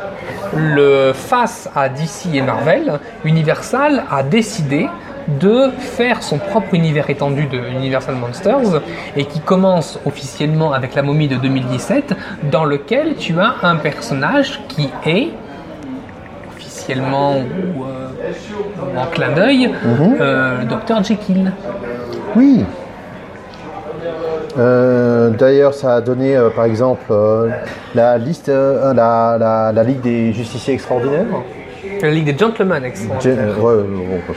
Speaker 1: le, face à DC et Marvel, Universal a décidé de faire son propre univers étendu de Universal Monsters et qui commence officiellement avec la momie de 2017 dans lequel tu as un personnage qui est officiellement ou euh, en clin d'œil, euh, le docteur Jekyll.
Speaker 2: Oui. Euh, D'ailleurs, ça a donné, euh, par exemple, euh, la liste, euh, la, la- la Ligue des Justiciers Extraordinaires.
Speaker 1: La Ligue des Gentlemen, excellent.
Speaker 2: J'ai- euh, ouais, bon, bon.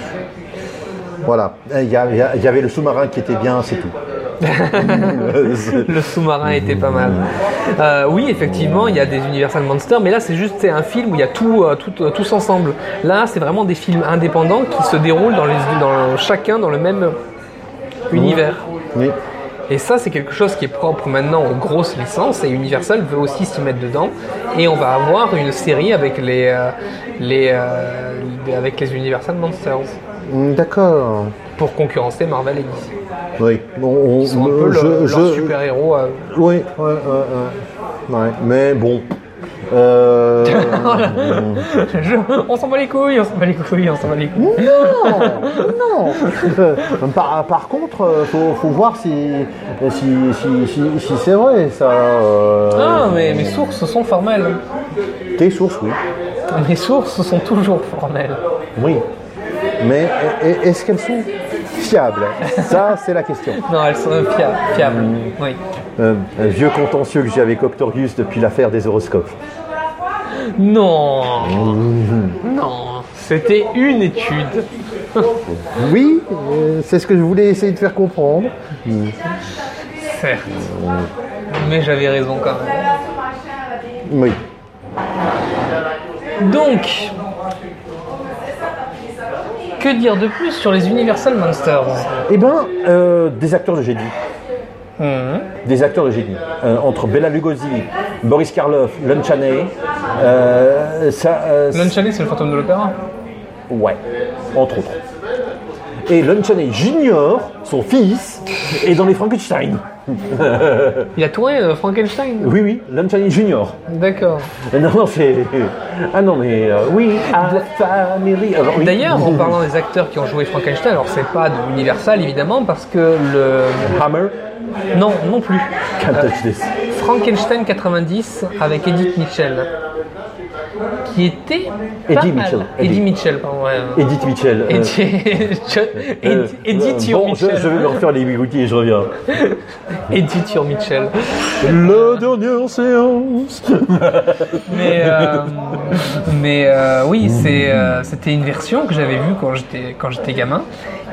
Speaker 2: voilà. Euh, Il y, a- il y a- il y avait le sous-marin qui était bien, c'est tout.
Speaker 1: Le sous-marin était pas mal. Euh, oui, effectivement, il y a des Universal Monsters, mais là, c'est juste c'est un film où il y a tout, euh, tout, euh, tous ensemble. Là, c'est vraiment des films indépendants qui se déroulent dans les, dans, chacun dans le même univers.
Speaker 2: Oui.
Speaker 1: Et ça, c'est quelque chose qui est propre maintenant aux grosses licences et Universal veut aussi s'y mettre dedans. Et on va avoir une série avec les, euh, les, euh, avec les Universal Monsters
Speaker 2: Mm, D'accord.
Speaker 1: pour concurrencer Marvel et DC.
Speaker 2: Oui. Bon, on-
Speaker 1: Ils sont un peu
Speaker 2: je-
Speaker 1: le-
Speaker 2: je-
Speaker 1: leur super-héros. euh.
Speaker 2: Oui, ouais, ouais, ouais. Ouais, Mais bon. Euh,
Speaker 1: Je- on s'en bat les couilles, on s'en bat les couilles, on s'en bat les couilles.
Speaker 2: non, non. Euh, Par, par contre, euh, faut, faut voir si, si, si, si- si c'est vrai ça. euh,
Speaker 1: Ah, mais mes sources sont formelles.
Speaker 2: Tes sources, oui.
Speaker 1: Mes sources sont toujours formelles.
Speaker 2: Oui. Mais e- e- est-ce qu'elles sont fiables Ça, c'est la question.
Speaker 1: Non, elles sont fiables. fiables. Oui.
Speaker 2: Euh, un vieux contentieux que j'ai avec Octorius depuis l'affaire des horoscopes.
Speaker 1: Non. Non. C'était une étude.
Speaker 2: Oui, euh, c'est ce que je voulais essayer de faire comprendre.
Speaker 1: Certes. Mais j'avais raison quand même.
Speaker 2: Oui.
Speaker 1: Donc, que dire de plus sur les Universal Monsters
Speaker 2: Eh ben, euh, des acteurs de génie.
Speaker 1: Mhm.
Speaker 2: Des acteurs de génie. Euh, entre Bella Lugosi, Boris Karloff, Lon Chaney, euh, ça... euh,
Speaker 1: Lon Chaney, c'est le fantôme de l'opéra.
Speaker 2: Ouais, entre autres. Et Lon Chaney Junior, son fils, est dans les Frankenstein.
Speaker 1: Il a tourné euh, Frankenstein.
Speaker 2: Oui, oui, Lon Chaney Junior. Euh,
Speaker 1: D'accord.
Speaker 2: Non, non, c'est... Ah non, mais euh, oui, à family... Alors, oui.
Speaker 1: D'ailleurs, en parlant des acteurs qui ont joué Frankenstein, alors c'est pas de Universal évidemment parce que le
Speaker 2: Hammer,
Speaker 1: non non plus.
Speaker 2: can't
Speaker 1: euh,
Speaker 2: touch this.
Speaker 1: Frankenstein 90 avec Edith Mitchell, qui était pas
Speaker 2: Eddie
Speaker 1: mal.
Speaker 2: Mitchell.
Speaker 1: Eddie,
Speaker 2: Eddie.
Speaker 1: Mitchell, pardon. ouais.
Speaker 2: Edith Mitchell. euh,
Speaker 1: Eddie, Eddie-
Speaker 2: euh,
Speaker 1: Eddie
Speaker 2: euh,
Speaker 1: Thion
Speaker 2: bon, je,
Speaker 1: Mitchell.
Speaker 2: je vais leur faire les bigoudis et je reviens.
Speaker 1: Eddie Thion Mitchell.
Speaker 2: La dernière séance.
Speaker 1: Mais, euh, mais euh, oui, c'est, euh, c'était une version que j'avais vue quand j'étais, quand j'étais gamin.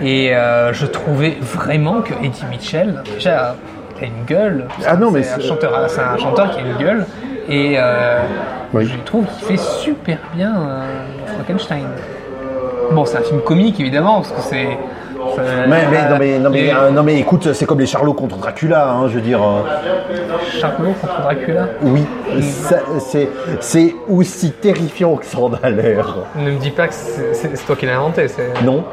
Speaker 1: Et euh, je trouvais vraiment que Eddie Mitchell, déjà, il a une gueule.
Speaker 2: Ah non, mais
Speaker 1: c'est un,
Speaker 2: c'est-
Speaker 1: chanteur, c'est un chanteur qui a une gueule. Et euh,
Speaker 2: Oui.
Speaker 1: je trouve qu'il fait super bien euh, Frankenstein. Bon, c'est un film comique, évidemment, parce que c'est. c'est-
Speaker 2: Mais, mais, non, mais, non, mais,
Speaker 1: les-
Speaker 2: euh, non, mais écoute, c'est comme les Charlots contre Dracula, hein, je veux dire. euh,
Speaker 1: Charlot contre Dracula.
Speaker 2: oui, ça, c'est, c'est aussi terrifiant que ça en a l'air.
Speaker 1: Ne me dis pas que c'est, c'est- c'est toi qui l'as inventé. C'est...
Speaker 2: Non,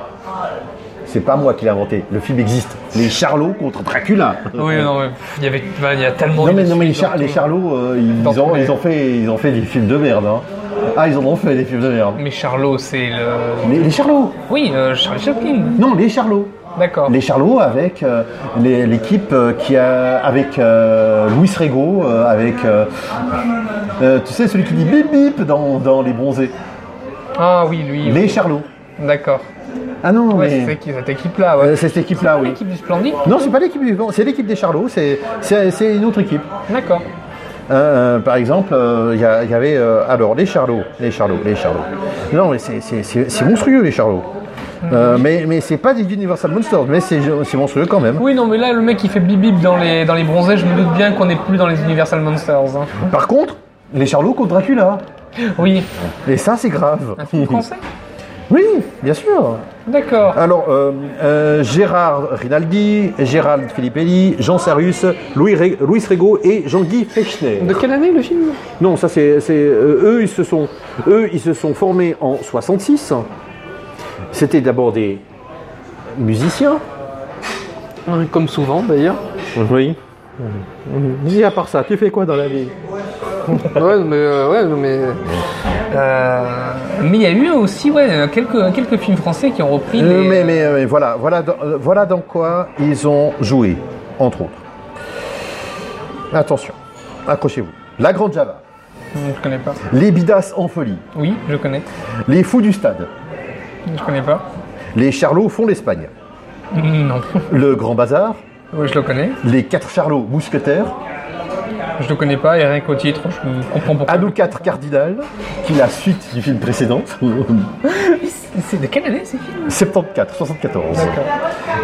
Speaker 2: c'est pas moi qui l'ai inventé, le film existe. Les Charlots contre Dracula.
Speaker 1: Oui, non, mais pff, il y avait, il y a tellement.
Speaker 2: Non
Speaker 1: eu
Speaker 2: mais,
Speaker 1: de
Speaker 2: non, mais les,
Speaker 1: suites dans
Speaker 2: Char- les
Speaker 1: tout.
Speaker 2: Charlots, euh, ils,
Speaker 1: Dans
Speaker 2: ont,
Speaker 1: tous les-
Speaker 2: ils, ont fait, ils ont fait des films de merde. hein. Ah, ils en ont fait des films de merde.
Speaker 1: Mais Charlot, c'est le.
Speaker 2: Mais les Charlots
Speaker 1: Oui, euh, Charlie Chaplin.
Speaker 2: Non, les Charlots
Speaker 1: D'accord.
Speaker 2: Les Charlots avec euh, les- l'équipe euh, qui a avec euh, Louis Rego, euh, avec euh, euh, tu sais celui qui dit bip bip dans, dans les bronzés.
Speaker 1: Ah oui, lui.
Speaker 2: Les Charlots.
Speaker 1: D'accord.
Speaker 2: Ah non,
Speaker 1: Ouais,
Speaker 2: mais
Speaker 1: c'est qui- cette équipe-là. Ouais.
Speaker 2: euh, c'est cette équipe là, oui.
Speaker 1: L'équipe du Splendid
Speaker 2: Non, c'est pas l'équipe du c'est l'équipe des Charlots, c'est c'est- c'est une autre équipe.
Speaker 1: D'accord.
Speaker 2: Euh, euh, par exemple, euh, il y, a- il y avait euh, alors les charlots, les charlots, les charlots. Non, mais c'est- c'est c'est- c'est monstrueux les charlots. Euh, mais mais c'est pas des Universal Monsters, mais c'est c'est monstrueux quand même.
Speaker 1: Oui, non, mais là, le mec qui fait bip bip dans les, dans les bronzés, je me doute bien qu'on n'est plus dans les Universal Monsters. hein.
Speaker 2: Par contre, les charlots contre Dracula.
Speaker 1: Oui,
Speaker 2: Et ça, c'est grave.
Speaker 1: un film français
Speaker 2: Oui, bien sûr.
Speaker 1: D'accord.
Speaker 2: Alors, euh, euh, Gérard Rinaldi, Gérald Filippelli, Jean Sarus, Louis, Ré- Louis Rego et Jean-Guy Fechner.
Speaker 4: De quelle année le film
Speaker 2: Non, ça c'est c'est- euh, eux ils se sont eux ils se sont formés en 66. C'était d'abord des musiciens.
Speaker 4: Hein, Comme souvent d'ailleurs.
Speaker 2: Oui. Dis à part ça, tu fais quoi dans la vie
Speaker 4: ouais, mais, euh, ouais, mais
Speaker 1: Euh, mais il y a eu aussi ouais, euh, quelques, quelques films français qui ont repris. les-
Speaker 2: mais, mais, euh, mais voilà, voilà, dans- euh, voilà dans quoi ils ont joué, entre autres. Attention, accrochez-vous. La Grande Java,
Speaker 1: Je connais pas.
Speaker 2: les Bidas en folie,
Speaker 1: Oui, je connais.
Speaker 2: les Fous du Stade,
Speaker 1: Je connais pas.
Speaker 2: les Charlots font l'Espagne,
Speaker 1: Non.
Speaker 2: le Grand Bazar,
Speaker 1: Oui, je le connais.
Speaker 2: les Quatre Charlots mousquetaires,
Speaker 1: Je le connais pas et rien qu'au titre, je comprends pourquoi.
Speaker 2: à nos quatre cardinales, qui est la suite du film précédent,
Speaker 1: Ah, C'est de quelle année ces films
Speaker 2: 74, 74.
Speaker 1: D'accord.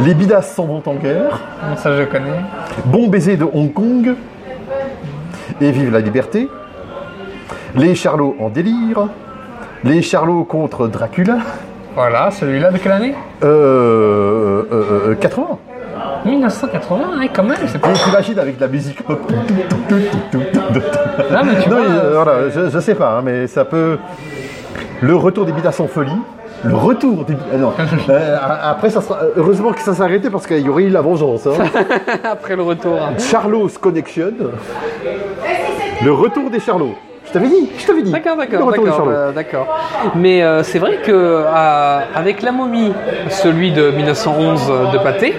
Speaker 2: Les Bidas s'en vont en guerre,
Speaker 1: Bon, Ah, Ça, je connais.
Speaker 2: Bon baiser de Hong Kong, et vive la liberté, Les Charlots en délire, Les Charlots contre Dracula,
Speaker 1: Voilà, celui-là de quelle année
Speaker 2: euh, euh, euh, 80.
Speaker 1: 1980, ouais, hein, quand même, c'est pas.
Speaker 2: Et t'imagines avec de la musique pop.
Speaker 1: Non, mais tu
Speaker 2: Non,
Speaker 1: vois,
Speaker 2: il-
Speaker 1: euh,
Speaker 2: voilà, je, je sais pas, hein, mais ça peut. Le retour des Bidas en folie. Le retour des. euh, non. Euh, a- après, ça sera... heureusement que ça s'est arrêté parce qu'il y aurait eu la vengeance. hein.
Speaker 4: après le retour.
Speaker 1: Ah,
Speaker 4: hein.
Speaker 2: Charlot's Connection. Le retour des Charlots. Je t'avais dit, je t'avais dit.
Speaker 4: D'accord,
Speaker 2: Le
Speaker 4: d'accord,
Speaker 2: retour des
Speaker 4: d'accord,
Speaker 2: Charlots.
Speaker 4: euh, d'accord. Mais euh, c'est vrai que euh, avec la momie, celui de 1911 euh, de Pathé,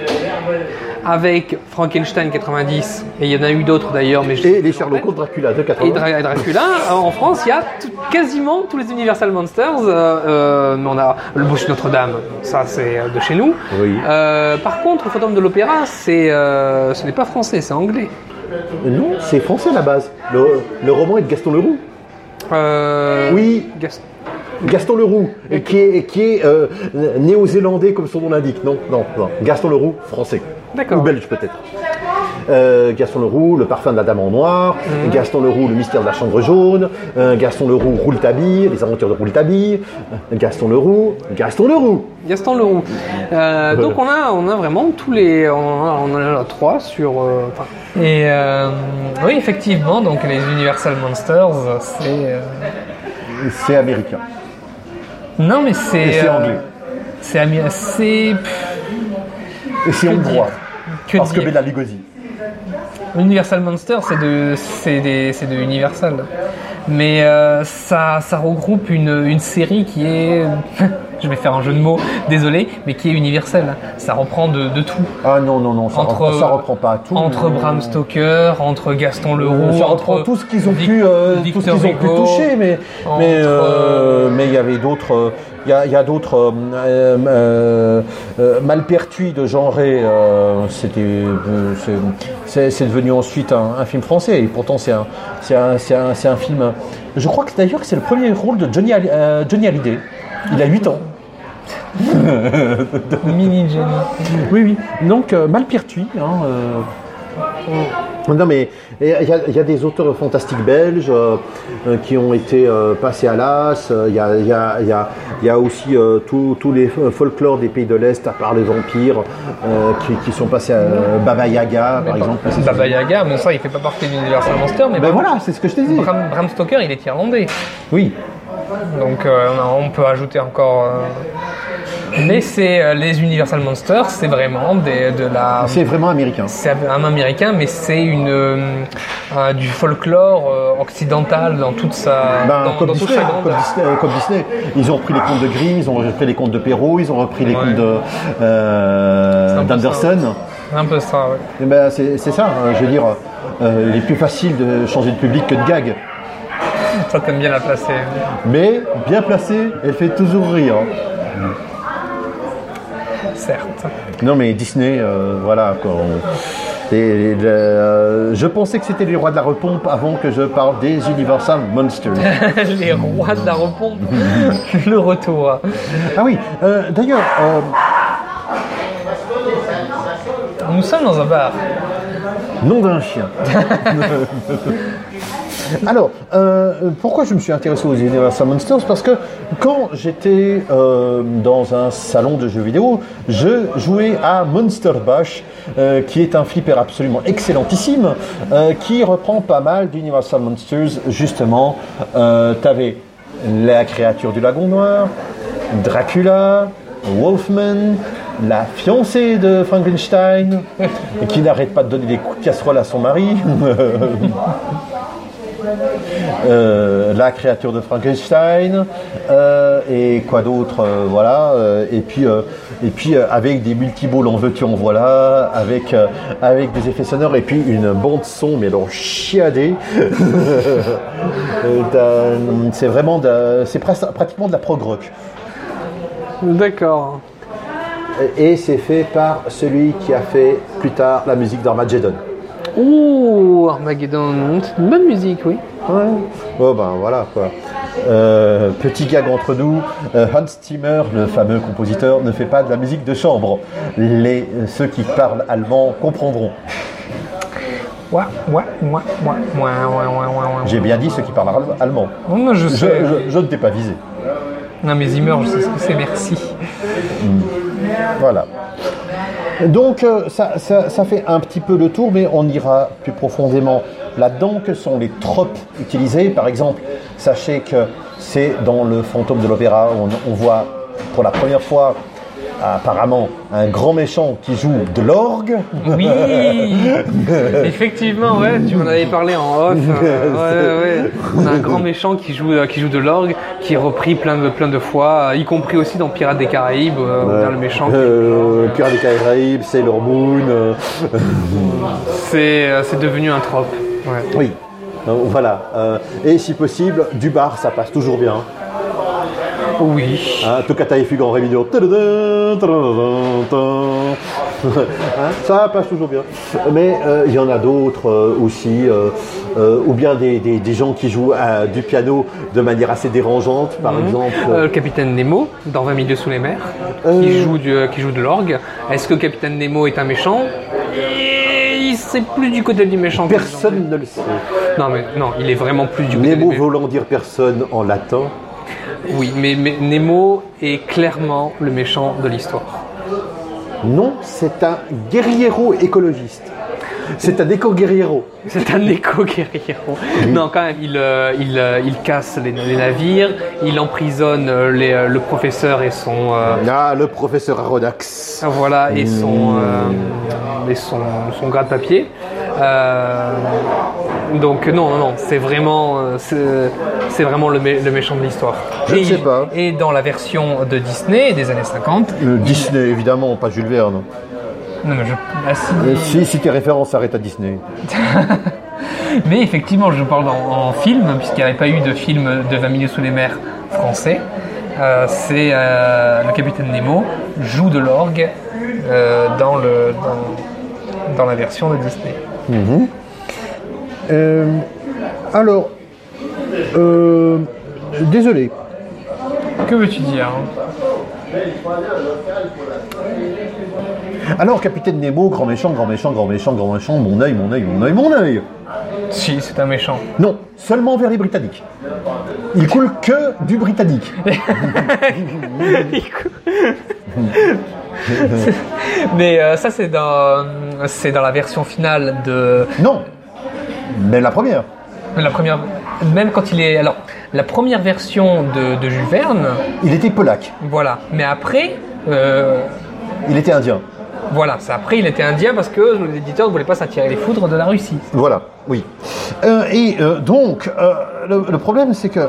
Speaker 4: avec Frankenstein 90, et il y en a eu d'autres d'ailleurs,
Speaker 1: Euh,
Speaker 4: mais je-
Speaker 2: Et les Charlots contre Dracula de
Speaker 4: et
Speaker 2: 80.
Speaker 4: Dra- et Dracula, euh, en France, il y a tout- quasiment tous les Universal Monsters. euh, euh, mais on a le Bouche Notre-Dame, ça c'est euh, de chez nous.
Speaker 2: Oui.
Speaker 4: Euh, par contre, le Fantôme de l'Opéra, c'est, euh, ce n'est pas français, c'est anglais.
Speaker 2: Non, c'est français à la base. Le, le roman est de Gaston Leroux.
Speaker 4: Euh,
Speaker 2: Oui,
Speaker 4: Gaston.
Speaker 2: Gaston Leroux, et qui est, qui est euh, néo-zélandais comme son nom l'indique. Non, non, non. Gaston Leroux, français.
Speaker 4: D'accord.
Speaker 2: Ou belge peut-être. Euh, Gaston Leroux, le parfum de la dame en noir. Gaston Leroux, le mystère de la chambre jaune. Euh, Gaston Leroux, Rouletabille, les aventures de Rouletabille. Gaston Leroux, Gaston Leroux.
Speaker 4: Gaston Leroux. Euh, donc on a, on a vraiment tous les, on en a, on en a trois sur. euh, enfin,
Speaker 1: Et euh, oui, effectivement, donc les Universal Monsters, c'est. euh,
Speaker 2: C'est américain.
Speaker 1: Non, mais c'est.
Speaker 2: Et c'est
Speaker 1: euh,
Speaker 2: anglais.
Speaker 1: C'est ami- c'est- pff,
Speaker 2: Et c'est hongrois.
Speaker 1: que
Speaker 2: Parce que
Speaker 1: dire.
Speaker 2: Bela Lugosi.
Speaker 1: Universal Monsters, c'est de, c'est des- c'est de Universal. Mais euh, ça, ça regroupe une, une série qui est. Je vais faire un jeu de mots, désolé, mais qui est universelle. Ça reprend de, de tout.
Speaker 2: Ah non, non, non, ça,
Speaker 1: Entre,
Speaker 2: reprend, ça reprend pas tout.
Speaker 1: Entre Bram Stoker, entre Gaston Leroux.
Speaker 2: Euh, Ça reprend
Speaker 1: entre
Speaker 2: tout ce qu'ils ont
Speaker 1: Vic-
Speaker 2: pu, euh, tout ce qu'ils
Speaker 1: Victor
Speaker 2: ont pu
Speaker 1: Hugo.
Speaker 2: toucher, mais
Speaker 1: entre-
Speaker 2: mais euh, mais il y avait d'autres, euh, il y a, il y a d'autres euh, euh, euh, Malpertuis de genre c'était euh, c'est- c'est c'est devenu ensuite un, un film français et pourtant c'est un c'est un, c'est un- c'est un film. Je crois que d'ailleurs que c'est le premier rôle de Johnny Halli- euh, Johnny Hallyday. Il a 8 ans.
Speaker 1: Mini Jenny.
Speaker 2: Oui, oui. Donc, euh, Malpertuis. hein, euh, on- Non, mais il y, a- il y a des auteurs fantastiques belges euh, euh, qui ont été euh, passés à l'as. Euh, Il y a, il y a- il y a- il y a aussi euh, tous tous les euh, folklores des pays de l'Est, à part les vampires, euh, qui, qui sont passés à euh, Baba Yaga, par exemple.
Speaker 1: Baba Yaga, mais ça, il fait pas partie de l'Universal Monsters, mais
Speaker 2: Ben voilà, c'est ce que je t'ai dit.
Speaker 1: Bram, Bram Stoker, il est irlandais.
Speaker 2: Oui.
Speaker 1: Donc euh, on peut ajouter encore. euh, Mais c'est euh, les Universal Monsters, c'est vraiment des, de la.
Speaker 4: C'est vraiment américain.
Speaker 1: C'est un américain, mais c'est une euh, un- du folklore euh, occidental dans toute sa
Speaker 4: Ben,
Speaker 1: dans, bah.
Speaker 4: comme,
Speaker 1: dans toute
Speaker 4: Disney,
Speaker 1: sa
Speaker 4: hein, comme,
Speaker 1: grandeur.
Speaker 4: Disney, euh, comme Disney. ils ont repris les contes de Grimm, ils ont repris les contes de Perrault, ils ont repris les
Speaker 1: Ouais.
Speaker 4: contes de, euh,
Speaker 1: C'est un peu
Speaker 4: d'Anderson.
Speaker 1: C'est un peu ça. ouais.
Speaker 4: Eh ben, c'est c'est ça, hein, je veux dire, euh, il est plus facile de changer de public que de gag.
Speaker 1: Toi t'aimes bien la euh, placer.
Speaker 4: Mais bien placée, elle fait toujours rire. hein.
Speaker 1: Certes.
Speaker 4: Non mais Disney, euh, voilà quoi. on- et, et, euh, je pensais que c'était les rois de la repompe avant que je parle des Universal Monsters.
Speaker 1: les rois de la repompe. le retour.
Speaker 4: Ah oui, euh, d'ailleurs, euh,
Speaker 1: Nous sommes dans un bar.
Speaker 4: nom d'un chien. Alors, euh, pourquoi je me suis intéressé aux Universal Monsters Parce que quand j'étais euh, dans un salon de jeux vidéo, je jouais à Monster Bash, euh, qui est un flipper absolument excellentissime, euh, qui reprend pas mal d'Universal Monsters. Justement, euh, t'avais la créature du lagon noir, Dracula, Wolfman, la fiancée de Frankenstein, qui n'arrête pas de donner des coups de casserole à son mari. Euh, la créature de Frankenstein euh, et quoi d'autre euh, voilà euh, et puis euh, et puis euh, avec des multiballs en veux-tu en voilà avec euh, avec des effets sonores et puis une bande son mais alors chiadée Euh, t'as- c'est vraiment de- c'est pres- pratiquement de la prog rock
Speaker 2: D'accord.
Speaker 4: et c'est fait par celui qui a fait plus tard la musique d'Armageddon
Speaker 2: Ouh, Armageddon. C'est une bonne musique, oui.
Speaker 4: Ouais. Bon ben voilà quoi. Euh, petit gag entre nous, euh, Hans Zimmer, le fameux compositeur, ne fait pas de la musique de chambre. Les, ceux qui parlent allemand comprendront.
Speaker 1: Ouais, ouais, ouais, ouais, ouais, ouais, ouais, ouais, ouais.
Speaker 4: J'ai bien dit ceux qui parlent al- allemand.
Speaker 1: Oh, Moi je
Speaker 4: Je,
Speaker 1: sais.
Speaker 4: je- je ne t'ai pas visé.
Speaker 1: Non mais Zimmer, je sais ce que c'est, merci.
Speaker 4: Voilà. Donc euh, ça, ça- ça fait un petit peu le tour, mais on ira plus profondément là-dedans. Que sont les tropes utilisés Par exemple, sachez que c'est dans le fantôme de l'opéra, on, on voit pour la première fois apparemment un grand méchant qui joue de l'orgue.
Speaker 1: Oui Effectivement, ouais, tu
Speaker 2: On en avait parlé en off. euh, ouais, ouais, ouais. On a un grand méchant qui joue, euh, qui joue de l'orgue, qui est repris plein de, plein de fois, euh, y compris aussi dans Pirates des Caraïbes, euh, où dans le méchant. qui-
Speaker 4: Euh, Cœur des Caraïbes, Sailor Moon. euh,
Speaker 2: C'est euh, c'est devenu un trope. Ouais.
Speaker 4: oui. Euh, voilà. Euh, et si possible, du bar, ça passe toujours bien.
Speaker 2: Oui.
Speaker 4: Hein, Toccata et fugue en ré mineur. Tadadam, tadadam, tadam. Hein, ça passe toujours bien. Mais euh, il y en a d'autres euh, aussi, euh, euh, ou bien des, des- des gens qui jouent euh, du piano de manière assez dérangeante, par exemple.
Speaker 2: Euh, le capitaine Nemo, dans 20 milieux sous les mers, qui,
Speaker 4: Euh.
Speaker 2: joue du- euh, qui joue de l'orgue. Est-ce que le capitaine Nemo est un méchant Et Il c'est plus du côté du méchant. que
Speaker 4: Personne ne le sait.
Speaker 2: les gens- Non, mais non, il est vraiment plus du côté
Speaker 4: Nemo
Speaker 2: du méchant.
Speaker 4: volant dire personne en latin.
Speaker 2: Oui, mais, mais Nemo est clairement le méchant de l'histoire.
Speaker 4: Non, c'est un guerriero écologiste. C'est un éco-guerriero.
Speaker 2: C'est un éco-guerrier. Non, quand même, il, euh, il, euh, il casse les, les navires, il emprisonne euh, les, euh, le professeur et son. euh,
Speaker 4: Ah, le professeur Aronnax.
Speaker 2: Ah, Voilà, et son,
Speaker 4: Mmh.
Speaker 2: euh, et son, son gras de papier. Euh, donc non, non, non, c'est vraiment, euh, c'est c'est vraiment le, mé- le méchant de l'histoire.
Speaker 4: Je
Speaker 1: et,
Speaker 4: ne sais pas.
Speaker 1: Et dans la version de Disney des années 50,
Speaker 4: Le Euh, Disney, évidemment, pas Jules Verne.
Speaker 1: non mais je. ah, si.
Speaker 4: Euh, Si, si tes références s'arrêtent à Disney.
Speaker 1: Mais effectivement, je parle en, en film, puisqu'il n'y avait pas eu de film de 20 minutes sous les mers français. Euh, c'est euh, le capitaine Nemo joue de l'orgue euh, dans, le, dans, dans la version de Disney.
Speaker 4: Euh, alors, euh, désolé.
Speaker 1: Que veux-tu dire hein
Speaker 4: Alors, capitaine Nemo, grand méchant, grand méchant, grand méchant, grand méchant, mon œil, mon œil, mon œil, mon œil.
Speaker 1: Si, c'est un méchant.
Speaker 4: Non, seulement vers les Britanniques. Il coule que du Britannique.
Speaker 1: Mais euh, ça, c'est dans, c'est dans la version finale de
Speaker 4: Non, mais la première.
Speaker 1: la première. Même quand il est. Alors, la première version de, de Jules Verne,
Speaker 4: Il était polac.
Speaker 1: voilà. Mais après, Euh,
Speaker 4: Il était indien.
Speaker 1: voilà, c'est après il était indien parce que les éditeurs ne voulaient pas s'attirer les foudres de la Russie.
Speaker 4: Voilà, oui. Euh, et euh, donc, euh, le, le problème, c'est que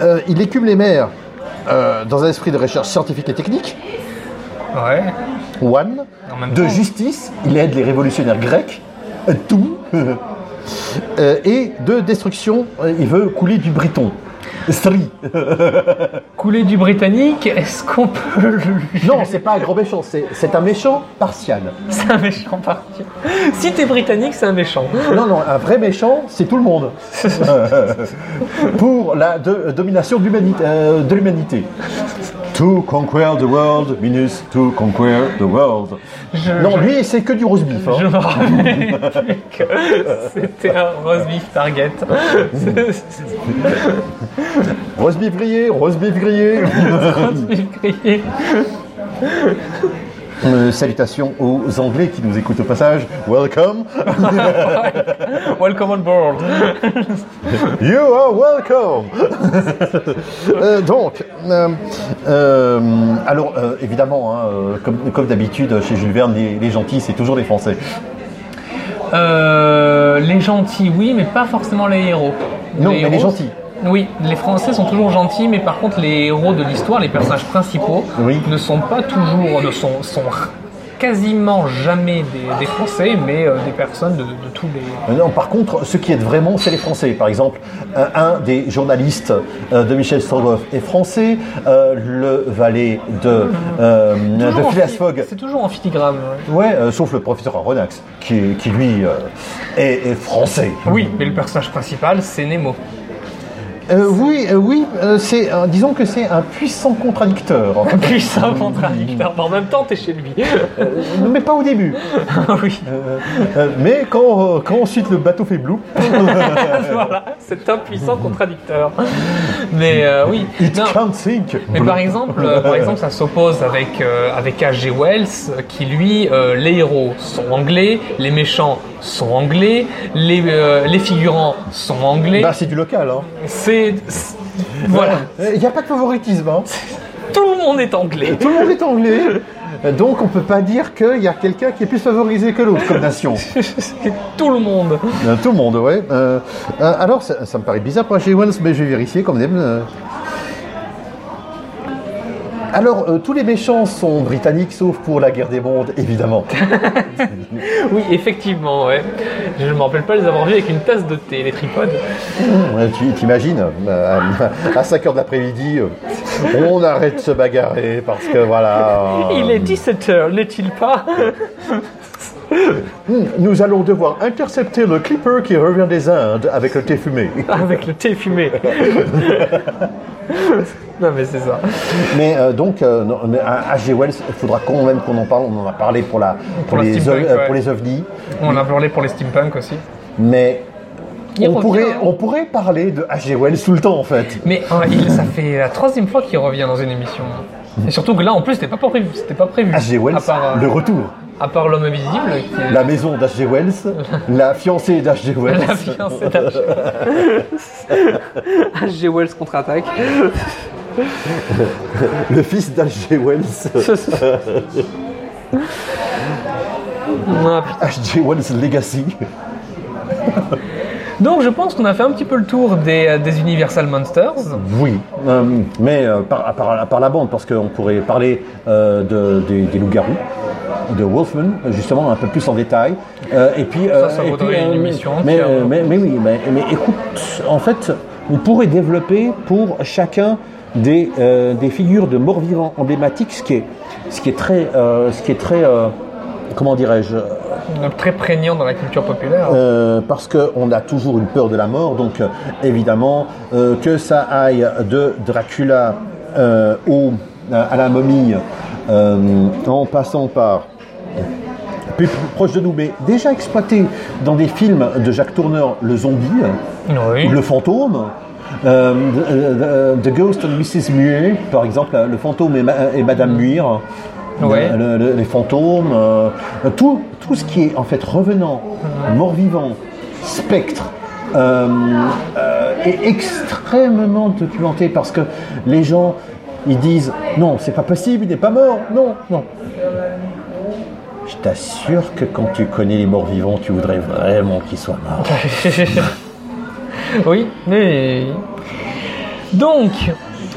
Speaker 4: euh, il écume les mers euh, dans un esprit de recherche scientifique et technique.
Speaker 1: Ouais.
Speaker 4: One,
Speaker 1: En même
Speaker 4: de
Speaker 1: temps.
Speaker 4: justice, il aide les révolutionnaires grecs, euh, tout, Euh, et de destruction, euh, il veut couler du briton. Stri.
Speaker 1: Couler du britannique, est-ce qu'on peut le...
Speaker 4: Non, c'est pas un grand méchant, c'est c'est un méchant partial.
Speaker 1: C'est un méchant parti. Si t'es britannique, c'est un méchant.
Speaker 4: Non, non, un vrai méchant, c'est tout le monde. Pour la de- domination de l'humani- euh, de l'humanité. To conquer the world minus to conquer the world.
Speaker 1: Je-
Speaker 4: non,
Speaker 1: je-
Speaker 4: lui, c'est que du roast beef. hein.
Speaker 1: Je me rappelle plus que c'était un rose beef target.
Speaker 4: Roast beef grillé, roast beef grillé.
Speaker 1: Rose beef grillé.
Speaker 4: Euh, salutations aux Anglais qui nous écoutent au passage. Welcome.
Speaker 1: Welcome on board.
Speaker 4: You are welcome. Euh, donc, euh, euh, alors euh, évidemment, hein, euh, comme, comme d'habitude chez Jules Verne, les, les gentils, c'est toujours les Français.
Speaker 1: Euh, les gentils, oui, mais pas forcément les héros.
Speaker 4: Non, mais les
Speaker 1: héros,
Speaker 4: gentils.
Speaker 1: Oui, les Français sont toujours gentils, mais par contre, les héros de l'histoire, les personnages principaux,
Speaker 4: Oui.
Speaker 1: ne sont pas toujours, ne sont, sont quasiment jamais des, des Français, mais euh, des personnes de, de tous les.
Speaker 4: Euh, Non, par contre, ce qui est vraiment, c'est les Français. Par exemple, euh, un des journalistes euh, de Michel Strogoff est français. euh, le valet de, euh, de
Speaker 1: Toujours en
Speaker 4: Phileas
Speaker 1: fi-
Speaker 4: Fogg
Speaker 1: C'est toujours en filigrane. ouais.
Speaker 4: Ouais, euh, sauf le professeur Aronnax, qui, est- qui lui euh, est, est français.
Speaker 1: Oui, mais le personnage principal, c'est Nemo.
Speaker 4: Euh, oui, euh, oui, euh, c'est, euh, disons que c'est un puissant contradicteur.
Speaker 1: Puissant contradicteur. En même temps, t'es chez lui.
Speaker 4: mais pas au début.
Speaker 1: oui.
Speaker 4: Euh, mais quand, euh, quand ensuite le bateau fait blou, Euh,
Speaker 1: voilà, c'est un puissant contradicteur. Mais euh, oui.
Speaker 4: it
Speaker 1: Non.
Speaker 4: can't sink.
Speaker 1: Mais par exemple, euh, par exemple, ça s'oppose avec euh, avec H.G. Wells, euh, qui lui, euh, les héros sont anglais, les méchants sont anglais, les, euh, les figurants sont anglais.
Speaker 4: Bah, c'est du local. hein.
Speaker 1: C'est c'est- voilà,
Speaker 4: Il n'y a pas de favoritisme. hein.
Speaker 1: tout le monde est anglais.
Speaker 4: Tout le monde est anglais. Euh, Donc on peut pas dire qu'il y a quelqu'un qui est plus favorisé que l'autre comme nation.
Speaker 1: tout le monde.
Speaker 4: Euh, tout le monde, ouais. Euh, euh, alors ça, ça me paraît bizarre pour H.G. Wells, mais je vais vérifier comme d'hab. euh. Alors euh, tous les méchants sont britanniques sauf pour la guerre des mondes, évidemment.
Speaker 1: Oui, effectivement, ouais. Je ne me rappelle pas les avoir vus avec une tasse de thé, les tripodes.
Speaker 4: Ouais, tu t'imagines, euh, à 5h de l'après-midi, euh, on arrête de se bagarrer parce que voilà. euh,
Speaker 1: Il est 17h, n'est-il pas
Speaker 4: hmm, Nous allons devoir intercepter le clipper qui revient des Indes avec le thé fumé.
Speaker 1: Avec le thé fumé. non mais c'est ça.
Speaker 4: Mais euh, donc, euh, non, mais à H.G. Wells, il faudra quand même qu'on en parle. On en a parlé pour, la, pour,
Speaker 1: la
Speaker 4: les,
Speaker 1: steampunk,
Speaker 4: ov- euh,
Speaker 1: ouais.
Speaker 4: pour les ovnis.
Speaker 1: On a parlé pour les steampunk aussi.
Speaker 4: Mais
Speaker 1: Il
Speaker 4: on
Speaker 1: revient,
Speaker 4: pourrait,
Speaker 1: hein.
Speaker 4: on pourrait parler de H.G. Wells tout le temps, en fait.
Speaker 1: Mais hein, il- ça fait la troisième fois qu'il revient dans une émission. Et surtout que là, en plus, c'était pas prévu. C'était pas prévu.
Speaker 4: H.G. Wells,
Speaker 1: à part, euh,
Speaker 4: le retour.
Speaker 1: à part l'homme invisible, qui est
Speaker 4: La maison d'H.G. Wells, la fiancée d'H.G. Wells.
Speaker 1: la fiancée d'H.G.
Speaker 6: H.G. Wells contre-attaque.
Speaker 4: Le fils d'H.G. Wells,
Speaker 1: Ah, putain.
Speaker 4: H.G. Wells Legacy.
Speaker 1: Donc, je pense qu'on a fait un petit peu le tour des, euh, des Universal Monsters.
Speaker 4: Oui, euh, mais euh, par, à part- à part la bande, parce qu'on pourrait parler euh, de, des- des loups-garous, de Wolfman, justement, un peu plus en détail. Euh, et puis, euh,
Speaker 1: ça
Speaker 4: et
Speaker 1: vaudrait une émission
Speaker 4: mais,
Speaker 1: entière. hein.
Speaker 4: euh, mais, mais oui, mais, mais écoute, en fait, on pourrait développer pour chacun des, euh, des figures de morts-vivants emblématiques, ce qui est, ce qui est très, euh, ce qui est très, euh, comment dirais-je,
Speaker 1: Donc, Très prégnant dans la culture populaire.
Speaker 4: euh, parce qu'on a toujours une peur de la mort, donc euh, évidemment, euh, que ça aille de Dracula euh, au, à la momie, euh, en passant par plus pro- proche de nous, mais déjà exploité dans des films de Jacques Tourneur, le zombie,
Speaker 1: Oui.
Speaker 4: le fantôme. euh, euh, The Ghost and Mrs. Muir, par exemple, le fantôme et, ma- et Madame Muir,
Speaker 1: Ouais.
Speaker 4: le- le- les fantômes, euh, tout, tout ce qui est en fait revenant,
Speaker 1: Mhm.
Speaker 4: mort-vivant, spectre, euh, euh, est extrêmement documenté parce que les gens ils disent non, c'est pas possible, il n'est pas mort, non, non. Je t'assure que quand tu connais les morts vivants, tu voudrais vraiment qu'ils soient morts.
Speaker 1: oui, mais. Donc,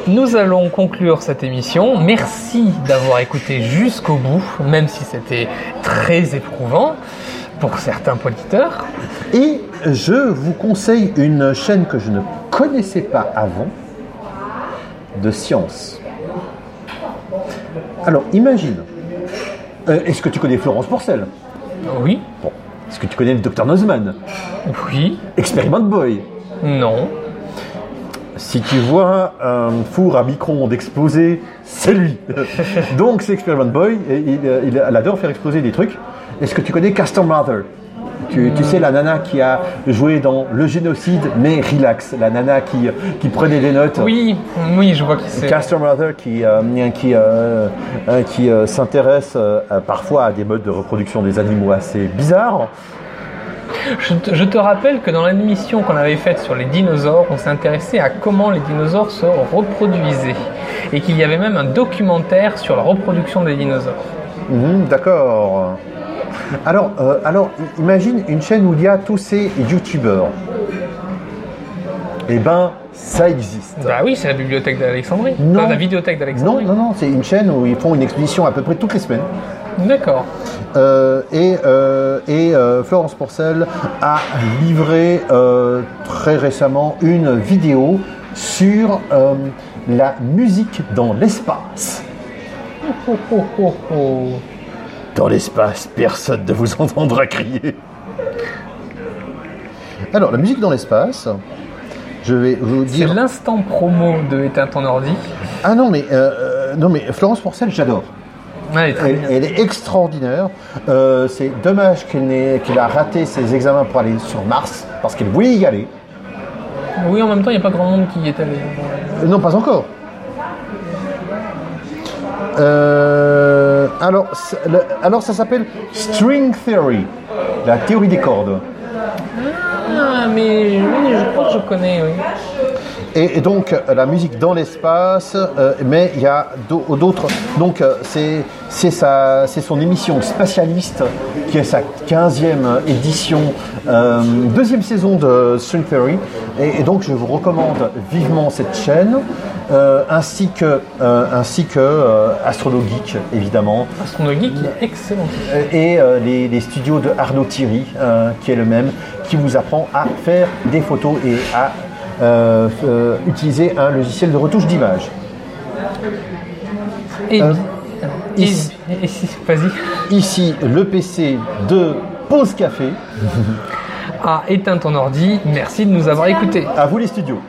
Speaker 1: nous allons conclure cette émission. Merci d'avoir écouté jusqu'au bout, même si c'était très éprouvant pour certains auditeurs.
Speaker 4: Et je vous conseille une chaîne que je ne connaissais pas avant de science. Alors, imagine. Euh, Est-ce que tu connais Florence Porcel
Speaker 1: Oui,
Speaker 4: Bon. Est-ce que tu connais le docteur Nozman
Speaker 1: oui,
Speaker 4: Experiment Boy
Speaker 1: non.
Speaker 4: Si tu vois un four à micro-ondes exploser, c'est lui. Donc c'est Experiment Boy, et il, euh, il- elle adore faire exploser des trucs. Est-ce que tu connais Castor Mother tu, tu sais la nana qui a joué dans le génocide, mais relax, la nana qui, qui prenait des notes.
Speaker 1: Oui, oui, je vois qui c'est.
Speaker 4: Castor Mother qui, euh, qui, euh, euh, qui euh, s'intéresse euh, à- parfois à des modes de reproduction des animaux assez bizarres.
Speaker 1: Je, te- je te rappelle que dans l'émission qu'on avait faite sur les dinosaures, on s'est intéressé à comment les dinosaures se reproduisaient. Et qu'il y avait même un documentaire sur la reproduction des dinosaures.
Speaker 4: Mhm, D'accord. Alors, euh, alors, i- imagine une chaîne où il y a tous ces youtubeurs. Eh ben, ça existe.
Speaker 1: Bah oui, c'est la bibliothèque d'Alexandrie.
Speaker 4: Non.
Speaker 1: Enfin, la vidéothèque
Speaker 4: Non,
Speaker 1: d'Alexandrie.
Speaker 4: non, non, c'est une chaîne où ils font une expédition à peu près toutes les semaines.
Speaker 1: D'accord.
Speaker 4: Euh, et euh, et, euh, Florence Porcel a livré euh, très récemment une vidéo sur euh, la musique dans l'espace.
Speaker 1: Oh, oh, oh, oh.
Speaker 4: Dans l'espace, personne ne vous entendra crier. Alors, la musique dans l'espace, je vais vous
Speaker 1: C'est
Speaker 4: dire.
Speaker 1: l'instant promo de Éteins ton ordi.
Speaker 4: Ah non, mais, euh, euh, non, mais Florence Porcel, j'adore.
Speaker 1: Allez, Ah, très
Speaker 4: Elle,
Speaker 1: bien.
Speaker 4: elle est extraordinaire. Euh, C'est dommage qu'elle n'ait- qu'elle a raté ses examens pour aller sur Mars, parce qu'elle voulait y aller.
Speaker 1: Oui, en même temps, il n'y a pas grand monde qui y est allé.
Speaker 4: Euh, Non, pas encore. Euh, alors, c'est- le- alors, ça s'appelle String Theory, la théorie des cordes.
Speaker 1: Ah, mais oui, je crois que je connais, oui.
Speaker 4: Et, et donc euh, la musique dans l'espace, euh, mais il y a d'au- d'autres. Donc euh, c'est c'est sa- c'est son émission spatialiste qui est sa 15e édition, euh, deuxième saison de String Theory. Et, et donc je vous recommande vivement cette chaîne, euh, ainsi que euh, ainsi que euh, Astrolo Geek, évidemment
Speaker 1: Son geek est excellent.
Speaker 4: euh, et euh, les, les studios de Arnaud Thierry, euh, qui est le même, qui vous apprend à faire des photos et à euh, f- euh, utiliser un logiciel de retouche d'image.
Speaker 1: Et,
Speaker 4: Euh,
Speaker 1: et-
Speaker 4: ici-
Speaker 1: et si, vas-y.
Speaker 4: Ici, le PC de Pause Café,
Speaker 1: Ah, éteins ton ordi. Merci de nous avoir écoutés.
Speaker 4: à vous les studios.